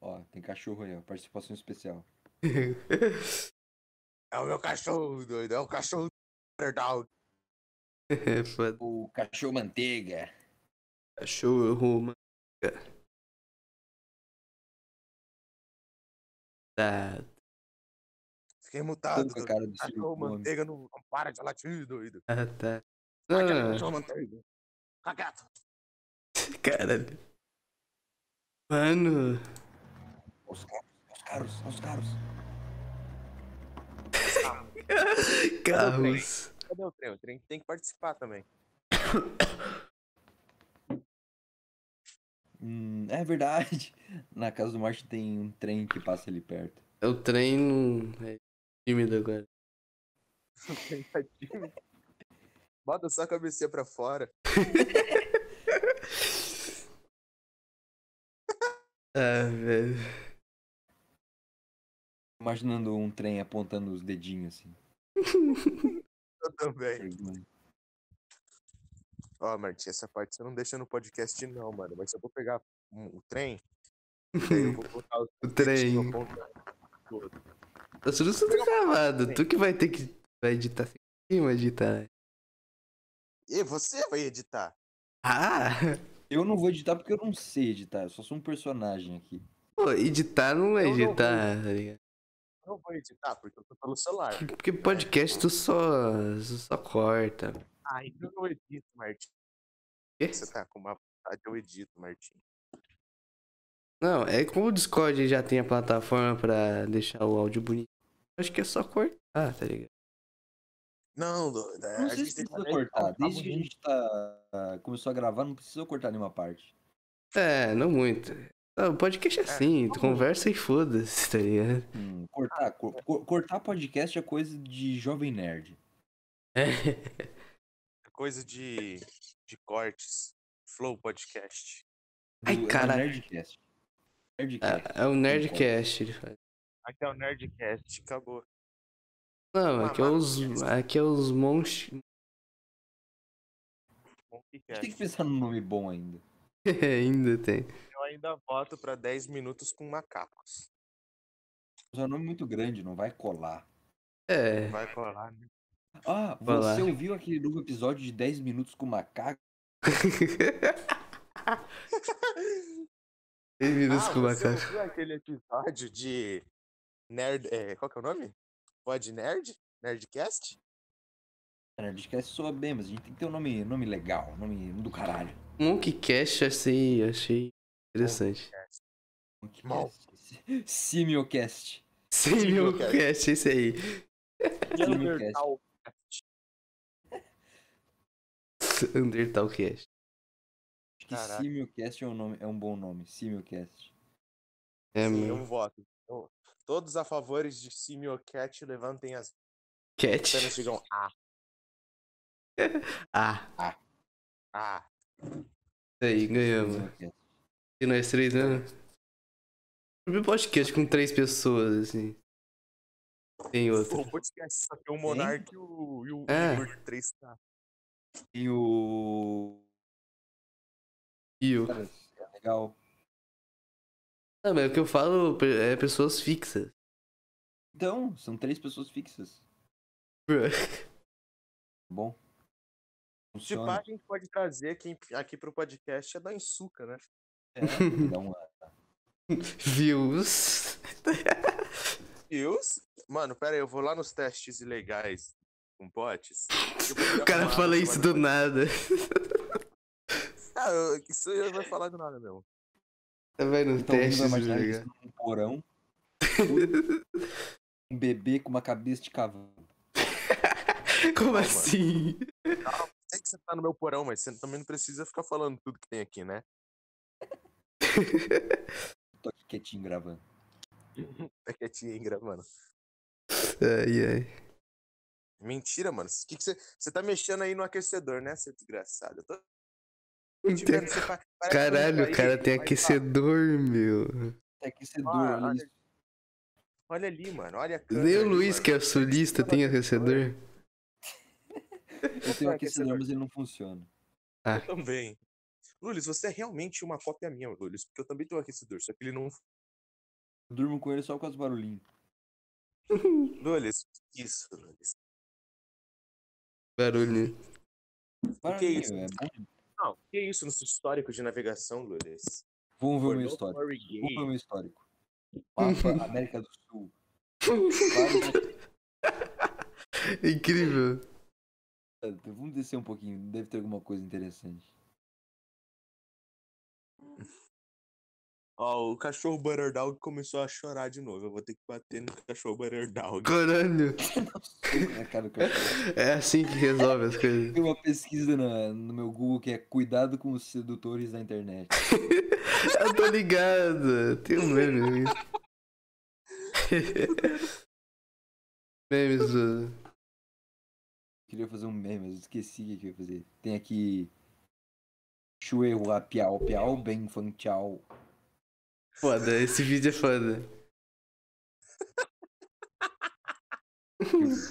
[SPEAKER 3] Ó, tem cachorro aí, ó. Participação especial.
[SPEAKER 1] É o meu cachorro, doido, é o cachorro do butter down.
[SPEAKER 2] É foda.
[SPEAKER 3] O cachorro manteiga.
[SPEAKER 2] Show Roma. Tá.
[SPEAKER 1] Fiquei
[SPEAKER 3] Todo
[SPEAKER 1] mutado,
[SPEAKER 3] com a
[SPEAKER 1] doido.
[SPEAKER 3] cara do
[SPEAKER 1] Cachorro
[SPEAKER 3] Silvio Gomes.
[SPEAKER 1] manteiga não não para de latir, doido.
[SPEAKER 2] Ah, tá. Não,
[SPEAKER 1] Aquele
[SPEAKER 2] não, não.
[SPEAKER 1] cachorro manteiga. Cagato.
[SPEAKER 2] Caralho. Mano.
[SPEAKER 3] Os caros, os caros, os caros.
[SPEAKER 2] Carros.
[SPEAKER 1] Cadê o trem? O trem tem que participar também.
[SPEAKER 3] Hum, é verdade. Na casa do Marte tem um trem que passa ali perto.
[SPEAKER 2] É o trem não. É tímido agora.
[SPEAKER 1] Bota só a cabecinha pra fora.
[SPEAKER 2] Ah, velho.
[SPEAKER 3] Imaginando um trem apontando os dedinhos assim.
[SPEAKER 1] Eu também.
[SPEAKER 3] perguntando.
[SPEAKER 1] Ó, Martim, essa parte você não deixa no podcast, não, mano. Mas eu vou pegar um- o trem. daí eu vou botar o
[SPEAKER 2] O trem.
[SPEAKER 1] dedinho apontando.
[SPEAKER 2] Nossa, isso tá gravado. Tu que vai ter que. Vai editar sem cima, editar.
[SPEAKER 1] E você vai editar.
[SPEAKER 2] Ah!
[SPEAKER 3] Eu não vou editar porque eu não sei editar. Eu só sou um personagem aqui.
[SPEAKER 2] Pô, editar não é
[SPEAKER 1] Eu não vou.
[SPEAKER 2] editar, tá ligado?
[SPEAKER 1] Não vou editar, porque eu tô pelo celular.
[SPEAKER 2] Porque podcast tu só, só corta.
[SPEAKER 1] Ah, então eu edito, Martim.
[SPEAKER 2] Quê?
[SPEAKER 1] Você tá com uma vontade, eu edito, Martim.
[SPEAKER 2] Não, é como o Discord já tem a plataforma pra deixar o áudio bonito. Acho que é só cortar, tá ligado?
[SPEAKER 1] Não, doido, é,
[SPEAKER 3] Não
[SPEAKER 1] a
[SPEAKER 3] sei
[SPEAKER 1] gente
[SPEAKER 3] se
[SPEAKER 1] tem
[SPEAKER 3] precisa
[SPEAKER 1] fazer-
[SPEAKER 3] cortar.
[SPEAKER 1] tá
[SPEAKER 3] Desde que a
[SPEAKER 1] bonito.
[SPEAKER 3] gente tá, começou a gravar, não precisou cortar nenhuma parte.
[SPEAKER 2] É, não muito. Ah, O podcast é assim, tu conversa e foda-se, tá ligado?
[SPEAKER 3] Hum, cortar, cor- cor- cortar podcast é coisa de jovem nerd.
[SPEAKER 1] É. coisa de, de cortes. Flow podcast.
[SPEAKER 2] Ai,
[SPEAKER 3] Do- é
[SPEAKER 2] cara.
[SPEAKER 3] Nerdcast. Nerdcast.
[SPEAKER 2] É, é o Nerdcast, ele faz.
[SPEAKER 1] Aqui é o Nerdcast, acabou.
[SPEAKER 2] Não, aqui é os, aqui é os monstros.
[SPEAKER 3] A gente tem que
[SPEAKER 1] Monkeycast.
[SPEAKER 3] pensar num nome bom ainda.
[SPEAKER 2] Ainda tem.
[SPEAKER 1] é? Eu ainda voto pra 10 minutos com macacos.
[SPEAKER 3] Mas é um nome muito grande, não vai colar.
[SPEAKER 2] É,
[SPEAKER 1] Vai colar, né?
[SPEAKER 3] Ah,
[SPEAKER 2] Vai lá.
[SPEAKER 3] você ouviu aquele novo episódio de 10 minutos com o macaco?
[SPEAKER 2] 10 minutos
[SPEAKER 1] Ah,
[SPEAKER 2] com
[SPEAKER 1] você
[SPEAKER 2] macaco.
[SPEAKER 1] ouviu aquele episódio de Nerd. É, qual que é o nome? Pod Nerd? Nerdcast?
[SPEAKER 3] Nerdcast soa bem, mas a gente tem que ter um nome, nome legal, nome do caralho.
[SPEAKER 1] um
[SPEAKER 2] Monkeycast, achei, achei interessante.
[SPEAKER 1] Mal.
[SPEAKER 3] é Simiocast.
[SPEAKER 2] Simiocast, esse aí.
[SPEAKER 3] Simiocast.
[SPEAKER 2] Undertalcast.
[SPEAKER 3] Acho que
[SPEAKER 1] Caraca.
[SPEAKER 3] Simiocast é um, nome, é um bom nome. Simiocast.
[SPEAKER 2] É,
[SPEAKER 1] Sim,
[SPEAKER 2] mano.
[SPEAKER 1] eu voto. Eu- Todos a favores de Simiocat levantem as apenas
[SPEAKER 2] Cat.
[SPEAKER 1] digam ah,
[SPEAKER 2] Ah,
[SPEAKER 1] ah.
[SPEAKER 2] isso aí, ganhamos.
[SPEAKER 3] Simiocast.
[SPEAKER 2] E nós três, né? Primeiro podcast com três pessoas, assim. Tem outro.
[SPEAKER 1] O podcast só tem o Monark e o, e o
[SPEAKER 2] É.
[SPEAKER 1] Igor 3K.
[SPEAKER 3] Tem o.
[SPEAKER 2] E o.
[SPEAKER 3] Cara, é legal.
[SPEAKER 2] Não, mas o que eu falo é pessoas fixas.
[SPEAKER 3] Então, são três pessoas fixas.
[SPEAKER 2] Bruh.
[SPEAKER 3] Bom.
[SPEAKER 1] Se pá, Tipo,
[SPEAKER 3] Funciona.
[SPEAKER 1] a gente pode trazer quem, aqui pro podcast é da Insuca, né?
[SPEAKER 3] É, dá uma-
[SPEAKER 2] Views.
[SPEAKER 1] E os? Mano, pera aí, eu vou lá nos testes ilegais com bots.
[SPEAKER 2] O cara fala isso do nada.
[SPEAKER 1] Ah, eu- isso eu não vou falar do nada mesmo.
[SPEAKER 2] Vai no
[SPEAKER 3] Então,
[SPEAKER 2] teste,
[SPEAKER 3] vai imaginar
[SPEAKER 2] tá
[SPEAKER 3] que
[SPEAKER 2] ligado?
[SPEAKER 3] isso é um porão. Um bebê com uma cabeça de cavalo.
[SPEAKER 2] Como
[SPEAKER 1] Calma.
[SPEAKER 2] assim?
[SPEAKER 1] Sei que você tá no meu porão, mas você também não precisa ficar falando tudo que tem aqui, né?
[SPEAKER 3] Tô aqui quietinho gravando.
[SPEAKER 1] Tá quietinho aí gravando.
[SPEAKER 2] Ai, ai.
[SPEAKER 1] Mentira, mano. O que que você. Você tá mexendo aí no aquecedor, né, seu desgraçado? Eu tô te
[SPEAKER 2] Tem-
[SPEAKER 1] vendo, você pa- parece um
[SPEAKER 2] Caralho, o
[SPEAKER 1] país,
[SPEAKER 2] cara tem
[SPEAKER 1] mas, ó,
[SPEAKER 2] aquecedor, meu.
[SPEAKER 3] Até que você
[SPEAKER 1] Ah,
[SPEAKER 3] dura
[SPEAKER 1] olha-
[SPEAKER 3] É isso.
[SPEAKER 1] Olha ali, mano. Olha a
[SPEAKER 2] Nem
[SPEAKER 1] câmera
[SPEAKER 2] o
[SPEAKER 1] ali,
[SPEAKER 2] Luiz,
[SPEAKER 1] mano.
[SPEAKER 2] que é sulista, tem aquecedor.
[SPEAKER 3] Eu
[SPEAKER 1] Tá,
[SPEAKER 3] tenho um
[SPEAKER 1] aquecedor.
[SPEAKER 3] aquecedor, mas ele não funciona.
[SPEAKER 1] Eu também. Lulis, você é realmente uma cópia minha, Lulis, porque eu também tenho um aquecedor, só que ele não.
[SPEAKER 3] Eu durmo com ele só com os barulhinhos.
[SPEAKER 1] Lulis, isso, Lulis.
[SPEAKER 2] Barulho.
[SPEAKER 3] Barulhinho,
[SPEAKER 1] isso?
[SPEAKER 3] é bom.
[SPEAKER 1] Não, que é isso no seu histórico de navegação, Lulis?
[SPEAKER 3] Vamos ver o meu
[SPEAKER 1] Pornô,
[SPEAKER 3] histórico.
[SPEAKER 1] furry
[SPEAKER 3] Vamos ver o
[SPEAKER 1] gay.
[SPEAKER 3] meu histórico. Mapa América do Sul. né? Vários-
[SPEAKER 2] Incrível.
[SPEAKER 3] Vamos descer um pouquinho, deve ter alguma coisa interessante.
[SPEAKER 1] Ó, o cachorro Butterdog começou a chorar de novo. Eu vou ter que bater no cachorro Butterdog.
[SPEAKER 2] Caralho.
[SPEAKER 3] Na né, cara do cachorro.
[SPEAKER 2] É assim que resolve as coisas.
[SPEAKER 3] Tem uma pesquisa na- no meu Google que é cuidado com os sedutores da internet.
[SPEAKER 2] Eu tô ligado. Tem um meme. né? Memes, mano.
[SPEAKER 3] Queria fazer um meme, mas esqueci o que que eu ia fazer. Tem aqui. Chuehua Piau Piau Bem Fantial.
[SPEAKER 2] Foda, esse vídeo é foda.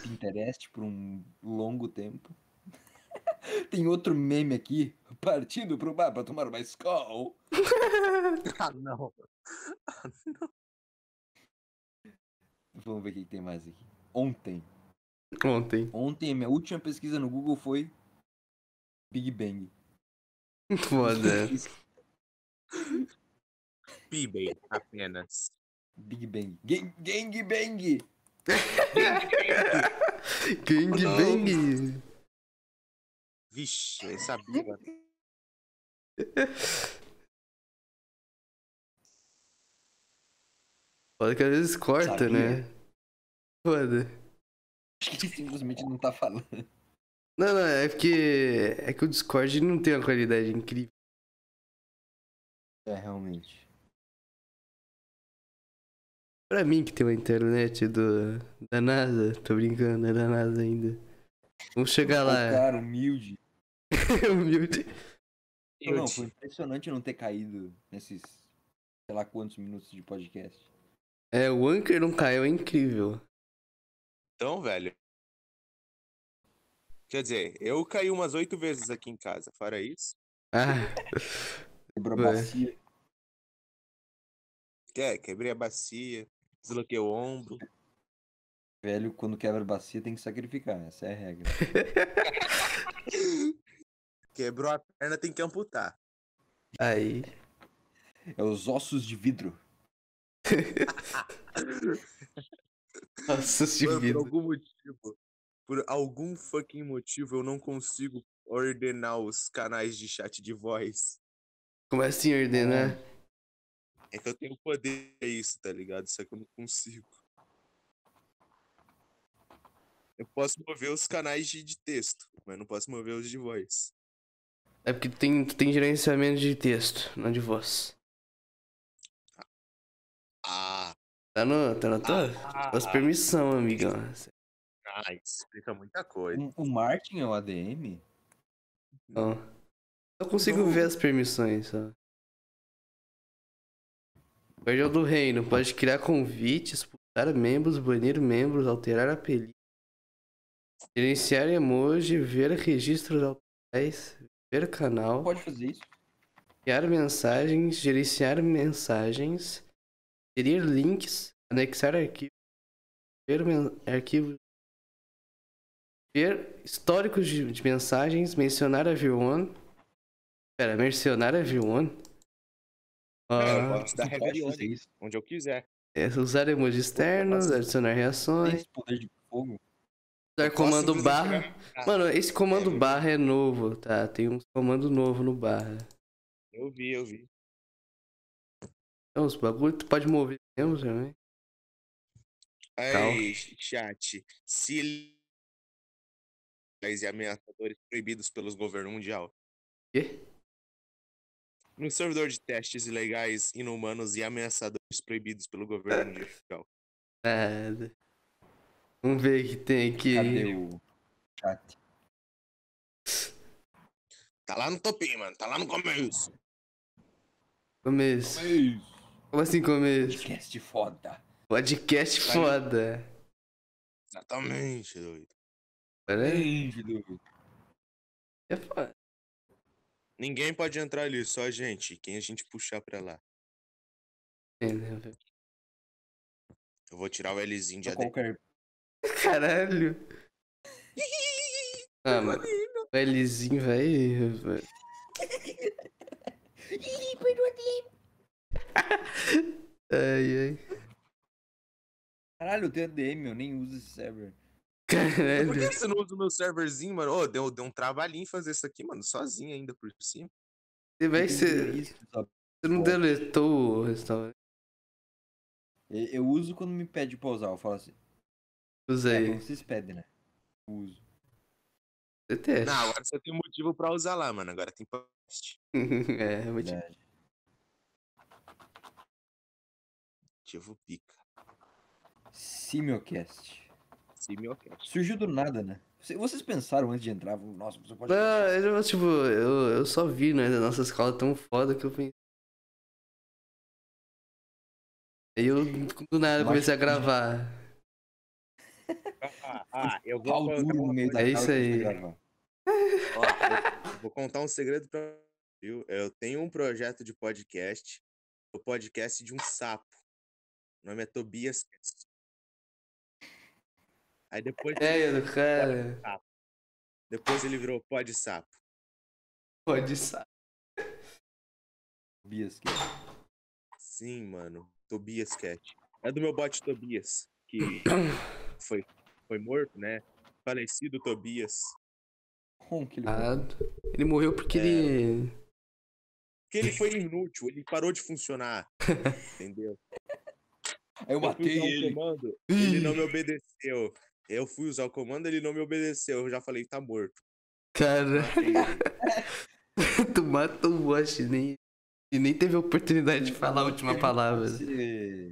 [SPEAKER 3] Pinterest por um longo tempo. Tem outro meme aqui. Partindo pro bar pra tomar uma escola.
[SPEAKER 1] Ah, não.
[SPEAKER 3] Vamos ver o que que tem mais aqui. Ontem.
[SPEAKER 2] Ontem.
[SPEAKER 3] Ontem a minha última pesquisa no Google foi. Big Bang.
[SPEAKER 2] Foda.
[SPEAKER 1] Pibem, apenas.
[SPEAKER 3] Big Bang. Gang, gang Bang!
[SPEAKER 2] Gang Bang!
[SPEAKER 1] Vixe, eu sabia.
[SPEAKER 2] Foda que às vezes corta,
[SPEAKER 3] Sabia.
[SPEAKER 2] né? Foda.
[SPEAKER 3] Acho que simplesmente não tá falando.
[SPEAKER 2] Não, não, é porque. É que o Discord não tem uma qualidade incrível.
[SPEAKER 3] É, realmente.
[SPEAKER 2] Pra mim que tem uma internet do, da NASA, tô brincando, é da NASA ainda. Vamos chegar
[SPEAKER 3] O
[SPEAKER 2] lá.
[SPEAKER 3] É um
[SPEAKER 2] é.
[SPEAKER 3] cara humilde.
[SPEAKER 2] Humilde.
[SPEAKER 3] Não, não, foi impressionante não ter caído nesses sei lá quantos minutos de podcast.
[SPEAKER 2] É, o Anchor não caiu, é incrível.
[SPEAKER 1] Então, velho. Quer dizer, eu caí umas oito vezes aqui em casa. Fora isso.
[SPEAKER 2] Ah,
[SPEAKER 3] Quebrou
[SPEAKER 2] Ué.
[SPEAKER 3] a bacia.
[SPEAKER 1] É, quebrei a bacia, desloquei o ombro.
[SPEAKER 3] Velho, quando quebra a bacia tem que sacrificar. Essa é a regra.
[SPEAKER 1] Quebrou a perna, tem que amputar.
[SPEAKER 2] aí.
[SPEAKER 3] É os ossos de vidro.
[SPEAKER 2] Nossa, de
[SPEAKER 1] Mano, por
[SPEAKER 2] vida.
[SPEAKER 1] algum motivo. Por algum fucking motivo, eu não consigo ordenar os canais de chat de voz.
[SPEAKER 2] Como assim ordenar?
[SPEAKER 1] É que eu tenho poder é isso, tá ligado? Só que eu não consigo. Eu posso mover os canais de, de texto, mas não posso mover os de voz.
[SPEAKER 2] É porque tu tem, tu tem gerenciamento de texto, não de voz.
[SPEAKER 1] Ah,
[SPEAKER 2] Tá no. Tá na tua? As permissão, amigão.
[SPEAKER 1] ah, isso explica muita coisa.
[SPEAKER 3] O, o Martin é o ADM?
[SPEAKER 2] Então, só consigo ver as permissões, só. Guardião do Reino pode criar convites, expulsar membros, banir membros, alterar apelido, gerenciar emoji, ver registros autorais, ver canal,
[SPEAKER 3] Pode fazer isso?
[SPEAKER 2] criar mensagens, gerenciar mensagens, inserir links, anexar arquivos, ver men- arquivos, ver históricos de, de mensagens, mencionar everyone. Pera, mencionar everyone?
[SPEAKER 1] É, eu
[SPEAKER 2] Ah,
[SPEAKER 1] posso dar
[SPEAKER 3] Pode
[SPEAKER 1] reversa
[SPEAKER 3] fazer isso.
[SPEAKER 1] onde eu quiser.
[SPEAKER 2] é, usar emojis externos, adicionar
[SPEAKER 3] Tem
[SPEAKER 2] reações,
[SPEAKER 3] esse poder de fogo.
[SPEAKER 2] usar
[SPEAKER 1] Eu posso
[SPEAKER 2] é comando
[SPEAKER 1] simplesmente
[SPEAKER 2] barra.
[SPEAKER 1] pegar- Ah,
[SPEAKER 2] Mano, esse comando
[SPEAKER 1] É, eu-
[SPEAKER 2] barra é novo, tá? Tem um comando novo no barra.
[SPEAKER 1] Eu vi, eu vi.
[SPEAKER 2] Então, os bagulhos tu pode mover mesmo também.
[SPEAKER 1] Aí, chat, se li- e ameaçadores proibidos pelos governos mundial.
[SPEAKER 2] Quê?
[SPEAKER 1] Um servidor de testes ilegais, inumanos e ameaçadores proibidos pelo governo mundial.
[SPEAKER 2] Nada. Vamos ver o que tem aqui.
[SPEAKER 3] Cadê o chat?
[SPEAKER 1] Tá lá no topinho, mano. Tá lá no começo.
[SPEAKER 2] Começo.
[SPEAKER 3] Isso.
[SPEAKER 2] Como assim começo?
[SPEAKER 3] Podcast foda.
[SPEAKER 2] Podcast
[SPEAKER 1] Tá aí.
[SPEAKER 2] foda.
[SPEAKER 1] Exatamente, doido.
[SPEAKER 2] Peraí.
[SPEAKER 3] Vídeo.
[SPEAKER 2] É foda.
[SPEAKER 1] Ninguém pode entrar ali, só a gente. Quem a gente puxar pra lá.
[SPEAKER 2] né, velho?
[SPEAKER 1] Eu vou tirar o Lzinho de AD.
[SPEAKER 3] Qualquer
[SPEAKER 2] Caralho. Ah, mano. O Lzinho vai. vai- Ai, ai.
[SPEAKER 3] Caralho, eu tenho ADM, eu nem uso esse server.
[SPEAKER 1] Por que
[SPEAKER 2] Caralho.
[SPEAKER 1] você não usa o meu serverzinho, mano? Ô, deu, deu um trabalhinho fazer isso aqui, mano. Sozinho ainda por cima.
[SPEAKER 2] Você vai
[SPEAKER 3] Eu
[SPEAKER 2] que
[SPEAKER 3] tenho
[SPEAKER 2] você.
[SPEAKER 3] É isso, sabe?
[SPEAKER 2] Você não deletou o restaurante.
[SPEAKER 3] Eu eu uso quando me pede pra usar. Eu falo assim.
[SPEAKER 2] Usa
[SPEAKER 3] É,
[SPEAKER 2] aí.
[SPEAKER 3] quando vocês pedem, né? Eu uso.
[SPEAKER 2] Deteste.
[SPEAKER 1] Não, agora você tem motivo pra usar lá, mano. Agora tem post.
[SPEAKER 2] É, vou te-
[SPEAKER 3] Verdade.
[SPEAKER 1] Motivo pica.
[SPEAKER 3] Simiocast.
[SPEAKER 1] Se me ofende.
[SPEAKER 3] Surgiu do nada, né? Vocês- Vocês pensaram antes de entrar, nossa, você pode.
[SPEAKER 2] Não, eu, tipo, eu, eu só vi, né, da nossa escola tão foda que eu pensei. Aí eu do nada
[SPEAKER 3] Eu
[SPEAKER 2] comecei a
[SPEAKER 3] acho que-
[SPEAKER 2] gravar.
[SPEAKER 1] Ah, ah, eu vou
[SPEAKER 3] pau
[SPEAKER 1] contar
[SPEAKER 3] duro no
[SPEAKER 1] uma
[SPEAKER 3] meio da
[SPEAKER 2] É
[SPEAKER 3] cara
[SPEAKER 2] isso
[SPEAKER 3] pra você
[SPEAKER 2] aí.
[SPEAKER 3] gravar.
[SPEAKER 1] Ó, eu vou contar um segredo pra viu? Eu tenho um projeto de podcast, o podcast de um sapo. O nome é Tobias. Cast. Aí depois,
[SPEAKER 3] É,
[SPEAKER 2] Ideia do cara.
[SPEAKER 1] depois ele virou Pod Sapo.
[SPEAKER 2] Pode sair.
[SPEAKER 3] Bias, que-
[SPEAKER 1] Sim, mano. Tobias Cat. É do meu bote Tobias, que foi, foi morto, né? Falecido Tobias.
[SPEAKER 3] Como que ele
[SPEAKER 2] Ah, ele morreu porque
[SPEAKER 1] É.
[SPEAKER 2] ele.
[SPEAKER 1] Porque ele foi inútil, ele parou de funcionar. entendeu?
[SPEAKER 3] Aí eu
[SPEAKER 1] fui
[SPEAKER 3] matei
[SPEAKER 1] usar um o
[SPEAKER 3] ele.
[SPEAKER 1] comando, ele não me obedeceu. Eu fui usar o comando, ele não me obedeceu. Eu já falei, tá morto.
[SPEAKER 2] Cara,
[SPEAKER 1] Matei ele.
[SPEAKER 2] tu mata o Wash nem. E nem teve a oportunidade de falar a última palavra.
[SPEAKER 3] Esse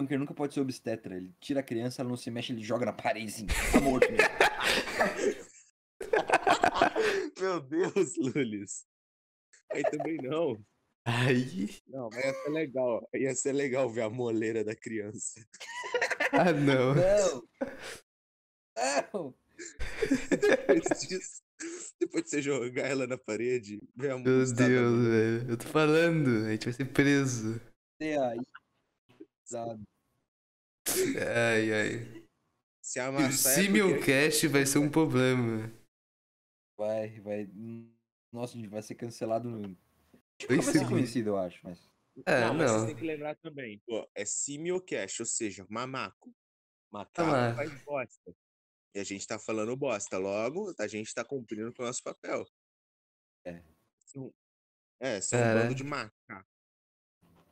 [SPEAKER 3] Bunker nunca pode ser obstetra. Ele tira a criança, ela não se mexe, ele joga na parede assim. Tá morto mesmo.
[SPEAKER 1] Meu Deus, Lulis. Aí também não.
[SPEAKER 2] Aí.
[SPEAKER 1] Não, mas ia ser legal. Ia ser legal ver a moleira da criança.
[SPEAKER 2] Ah, não.
[SPEAKER 3] Não! Não!
[SPEAKER 1] Depois disso, depois de você jogar ela na parede, ver a
[SPEAKER 2] Meu
[SPEAKER 1] mostrada
[SPEAKER 2] Deus, velho. Eu tô falando, a gente vai ser preso.
[SPEAKER 3] Você aí. Exato.
[SPEAKER 2] Ai, ai.
[SPEAKER 1] Se
[SPEAKER 2] E o
[SPEAKER 1] amassar é porque...
[SPEAKER 2] simulcast vai ser um problema.
[SPEAKER 3] Vai, vai. Nossa, a gente vai ser cancelado no.
[SPEAKER 2] Dois
[SPEAKER 3] Vai ser
[SPEAKER 2] segundos.
[SPEAKER 3] conhecido, eu acho, mas.
[SPEAKER 2] É,
[SPEAKER 1] mas vocês
[SPEAKER 2] não.
[SPEAKER 1] têm que lembrar também. Pô, é simiocast, ou seja, mamaco.
[SPEAKER 3] Ah,
[SPEAKER 1] Macaco
[SPEAKER 3] é.
[SPEAKER 2] Mamaco.
[SPEAKER 1] faz bosta. E a gente tá falando bosta. Logo, a gente tá cumprindo com o nosso papel.
[SPEAKER 3] É. né?
[SPEAKER 1] São- É, são um
[SPEAKER 2] Caraca.
[SPEAKER 1] bando de macaco.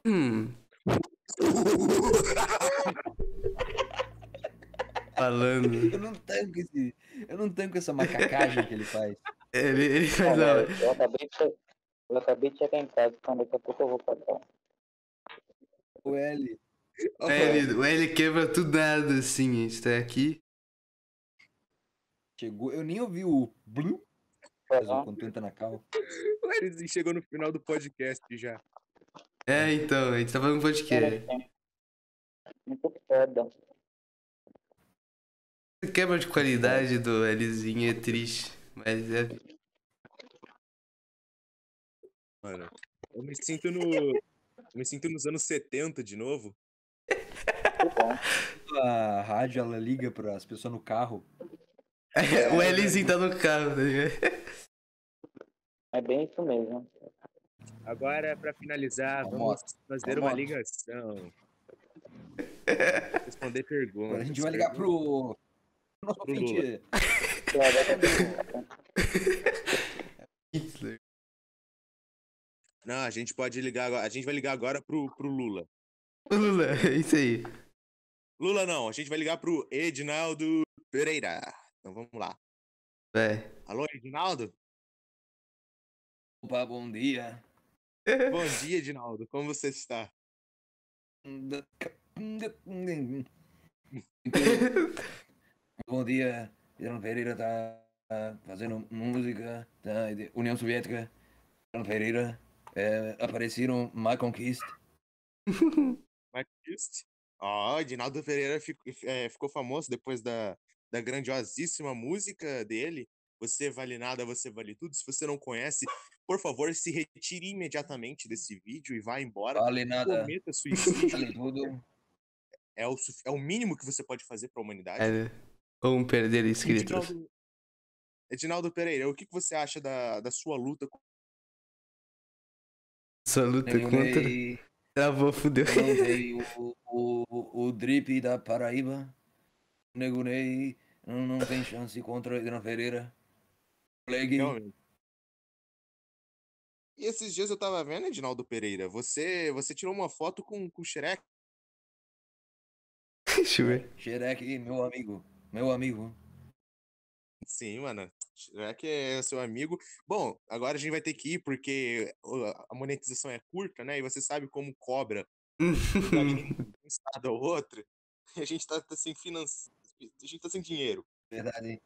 [SPEAKER 2] Hum. Falando.
[SPEAKER 3] Eu não tanco esse. Eu não tanco essa macacagem que ele faz.
[SPEAKER 2] Ele, ele faz
[SPEAKER 7] Cara,
[SPEAKER 2] a.
[SPEAKER 7] eu, acabei de, che- eu acabei de chegar em casa, então daqui a pouco eu vou pra cá.
[SPEAKER 3] O L.
[SPEAKER 2] O
[SPEAKER 3] É,
[SPEAKER 2] L, é, o L quebra tudo nada, assim. A gente tá aqui.
[SPEAKER 3] Chegou. Eu nem ouvi o Blue. Mas o quando tu entra na cal.
[SPEAKER 1] O Eric chegou no final do podcast já.
[SPEAKER 2] É, então, a gente tá falando um podcast.
[SPEAKER 7] assim. Muito foda.
[SPEAKER 2] Quebra de qualidade do Lzinho é triste. Mas é.
[SPEAKER 1] Mano, eu me sinto no. eu me sinto nos anos 70 de novo.
[SPEAKER 3] A rádio ela liga para as pessoas no carro.
[SPEAKER 2] O Lzinho tá no carro, tá ligado?
[SPEAKER 7] É bem isso mesmo.
[SPEAKER 1] Agora, pra finalizar,
[SPEAKER 3] Uma
[SPEAKER 1] vamos
[SPEAKER 3] moto,
[SPEAKER 1] fazer
[SPEAKER 3] uma
[SPEAKER 1] uma
[SPEAKER 3] moto.
[SPEAKER 1] ligação. Responder perguntas.
[SPEAKER 3] Agora a gente vai ligar pro. Nosso
[SPEAKER 1] Pro Lula.
[SPEAKER 3] ouvinte.
[SPEAKER 2] Hitler.
[SPEAKER 1] Não, a gente pode ligar agora. A gente vai ligar agora pro, pro Lula.
[SPEAKER 2] Ô, Lula, é isso aí.
[SPEAKER 1] Lula não, a gente vai ligar pro Edinaldo Pereira. Então vamos lá.
[SPEAKER 2] Vai.
[SPEAKER 1] Alô, Edinaldo?
[SPEAKER 3] Opa, bom dia.
[SPEAKER 1] Bom dia, Edinaldo. Como você está?
[SPEAKER 3] Bom dia, Irã Pereira tá fazendo música da União Soviética. Irã Pereira, é, apareceram My Conquist.
[SPEAKER 1] é Marquiste? Ó, Edinaldo Pereira fico- é, ficou famoso depois da, da grandiosíssima música dele. Você vale nada, você vale tudo. Se você não conhece, por favor, se retire imediatamente desse vídeo e vá embora.
[SPEAKER 3] Vale nada,
[SPEAKER 1] Cometa suicídio.
[SPEAKER 3] vale tudo.
[SPEAKER 1] é, o, suf- é o mínimo que você pode fazer para a humanidade.
[SPEAKER 2] Cara, né? vamos perder inscritos.
[SPEAKER 1] Edinaldo, Edinaldo é, Pereira, o que, que você acha da, da sua luta? com-
[SPEAKER 2] Sua luta
[SPEAKER 3] Eu
[SPEAKER 2] contra.
[SPEAKER 3] olhei,
[SPEAKER 2] Travou, fudeu.
[SPEAKER 3] eu não dei o, o, o, o drip da Paraíba. Negunei, não, não tem chance contra Irã Pereira. Plague.
[SPEAKER 1] Realmente. E esses dias eu tava vendo, Edinaldo Pereira, você, você tirou uma foto com, com o Shrek.
[SPEAKER 2] Deixa eu ver.
[SPEAKER 3] Xerec, meu amigo. Meu amigo.
[SPEAKER 1] Sim, mano. Shrek é seu amigo. Bom, agora a gente vai ter que ir porque o- a monetização é curta, né? E você sabe como cobra da gente de um estado ao outro. E a gente tá, tá sem finance... A gente tá sem dinheiro.
[SPEAKER 3] Verdade.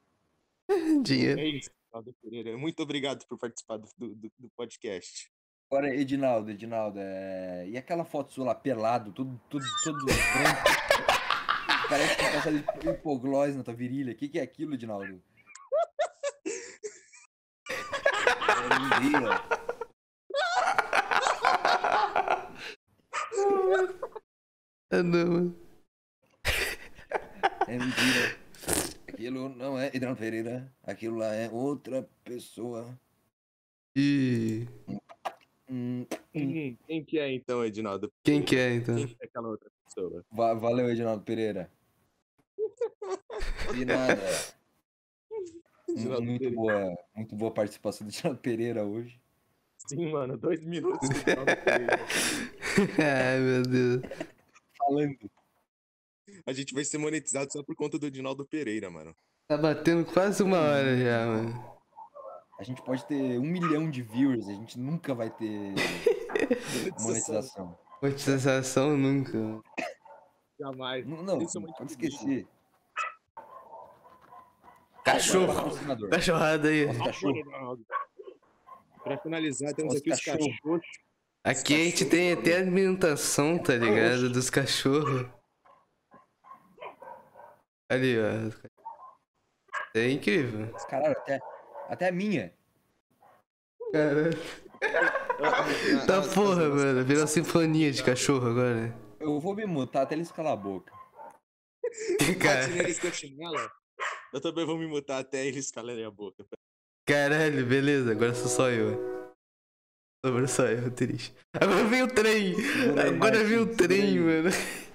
[SPEAKER 2] Dinheiro.
[SPEAKER 1] É isso, Edinaldo Pereira. Muito obrigado por participar do, do, do- do podcast.
[SPEAKER 3] Agora, Edinaldo, Edinaldo, é... e aquela foto sua lá, pelado, tudo, tudo, tudo branco. Parece que tá passando hipo- hipoglós na tua virilha. O que, que é aquilo, Edinaldo? É, não vi, ó.
[SPEAKER 2] Ah, não, mano.
[SPEAKER 3] É mentira. Aquilo não é Edinaldo Pereira. Aquilo lá é outra pessoa.
[SPEAKER 2] E.
[SPEAKER 3] Hum,
[SPEAKER 1] Quem que é então, Edinaldo?
[SPEAKER 2] Quem que é, então?
[SPEAKER 1] Quem que é aquela outra pessoa.
[SPEAKER 3] Va- valeu, Edinaldo Pereira. De nada.
[SPEAKER 1] Edinaldo
[SPEAKER 3] muito,
[SPEAKER 1] Pereira.
[SPEAKER 3] boa, muito boa participação do Edinaldo Pereira hoje.
[SPEAKER 1] Sim, mano, dois minutos. de Edinaldo Pereira.
[SPEAKER 2] Ai, meu Deus.
[SPEAKER 3] Falando.
[SPEAKER 1] A gente vai ser monetizado só por conta do Edinaldo Pereira, mano.
[SPEAKER 2] Tá batendo quase uma hora já, mano.
[SPEAKER 3] A gente pode ter um milhão de viewers, a gente nunca vai ter monetização.
[SPEAKER 2] Monetização nunca. mano.
[SPEAKER 1] Jamais.
[SPEAKER 3] Não, não,
[SPEAKER 1] Isso é
[SPEAKER 3] não
[SPEAKER 1] muito
[SPEAKER 3] pode
[SPEAKER 1] difícil.
[SPEAKER 3] esquecer.
[SPEAKER 2] Cachorro!
[SPEAKER 3] Patrocinador.
[SPEAKER 2] Cachorrada aí.
[SPEAKER 3] Nosso cachorro.
[SPEAKER 1] Pra finalizar, temos
[SPEAKER 3] Nossa,
[SPEAKER 1] aqui os
[SPEAKER 3] cachorro.
[SPEAKER 1] cachorros.
[SPEAKER 2] Aqui a gente tem até alimentação, tá ligado? Dos cachorros. Ali, ó. É incrível.
[SPEAKER 3] Caralho, até, até a minha.
[SPEAKER 2] Caralho. Tá porra, mano. Virou
[SPEAKER 1] assim,
[SPEAKER 2] sinfonia de cachorro agora.
[SPEAKER 3] Eu vou me mutar até eles calar a boca.
[SPEAKER 1] Bate
[SPEAKER 2] Cara,
[SPEAKER 1] neles com a chinela. Eu também vou me mutar até eles calarem a boca.
[SPEAKER 2] caralho, beleza. Agora sou só eu. Agora só eu, triste. Agora vem o trem.
[SPEAKER 3] Segura aí,
[SPEAKER 2] Agora vem o
[SPEAKER 3] Martins,
[SPEAKER 2] trem,
[SPEAKER 3] segura aí.
[SPEAKER 2] mano.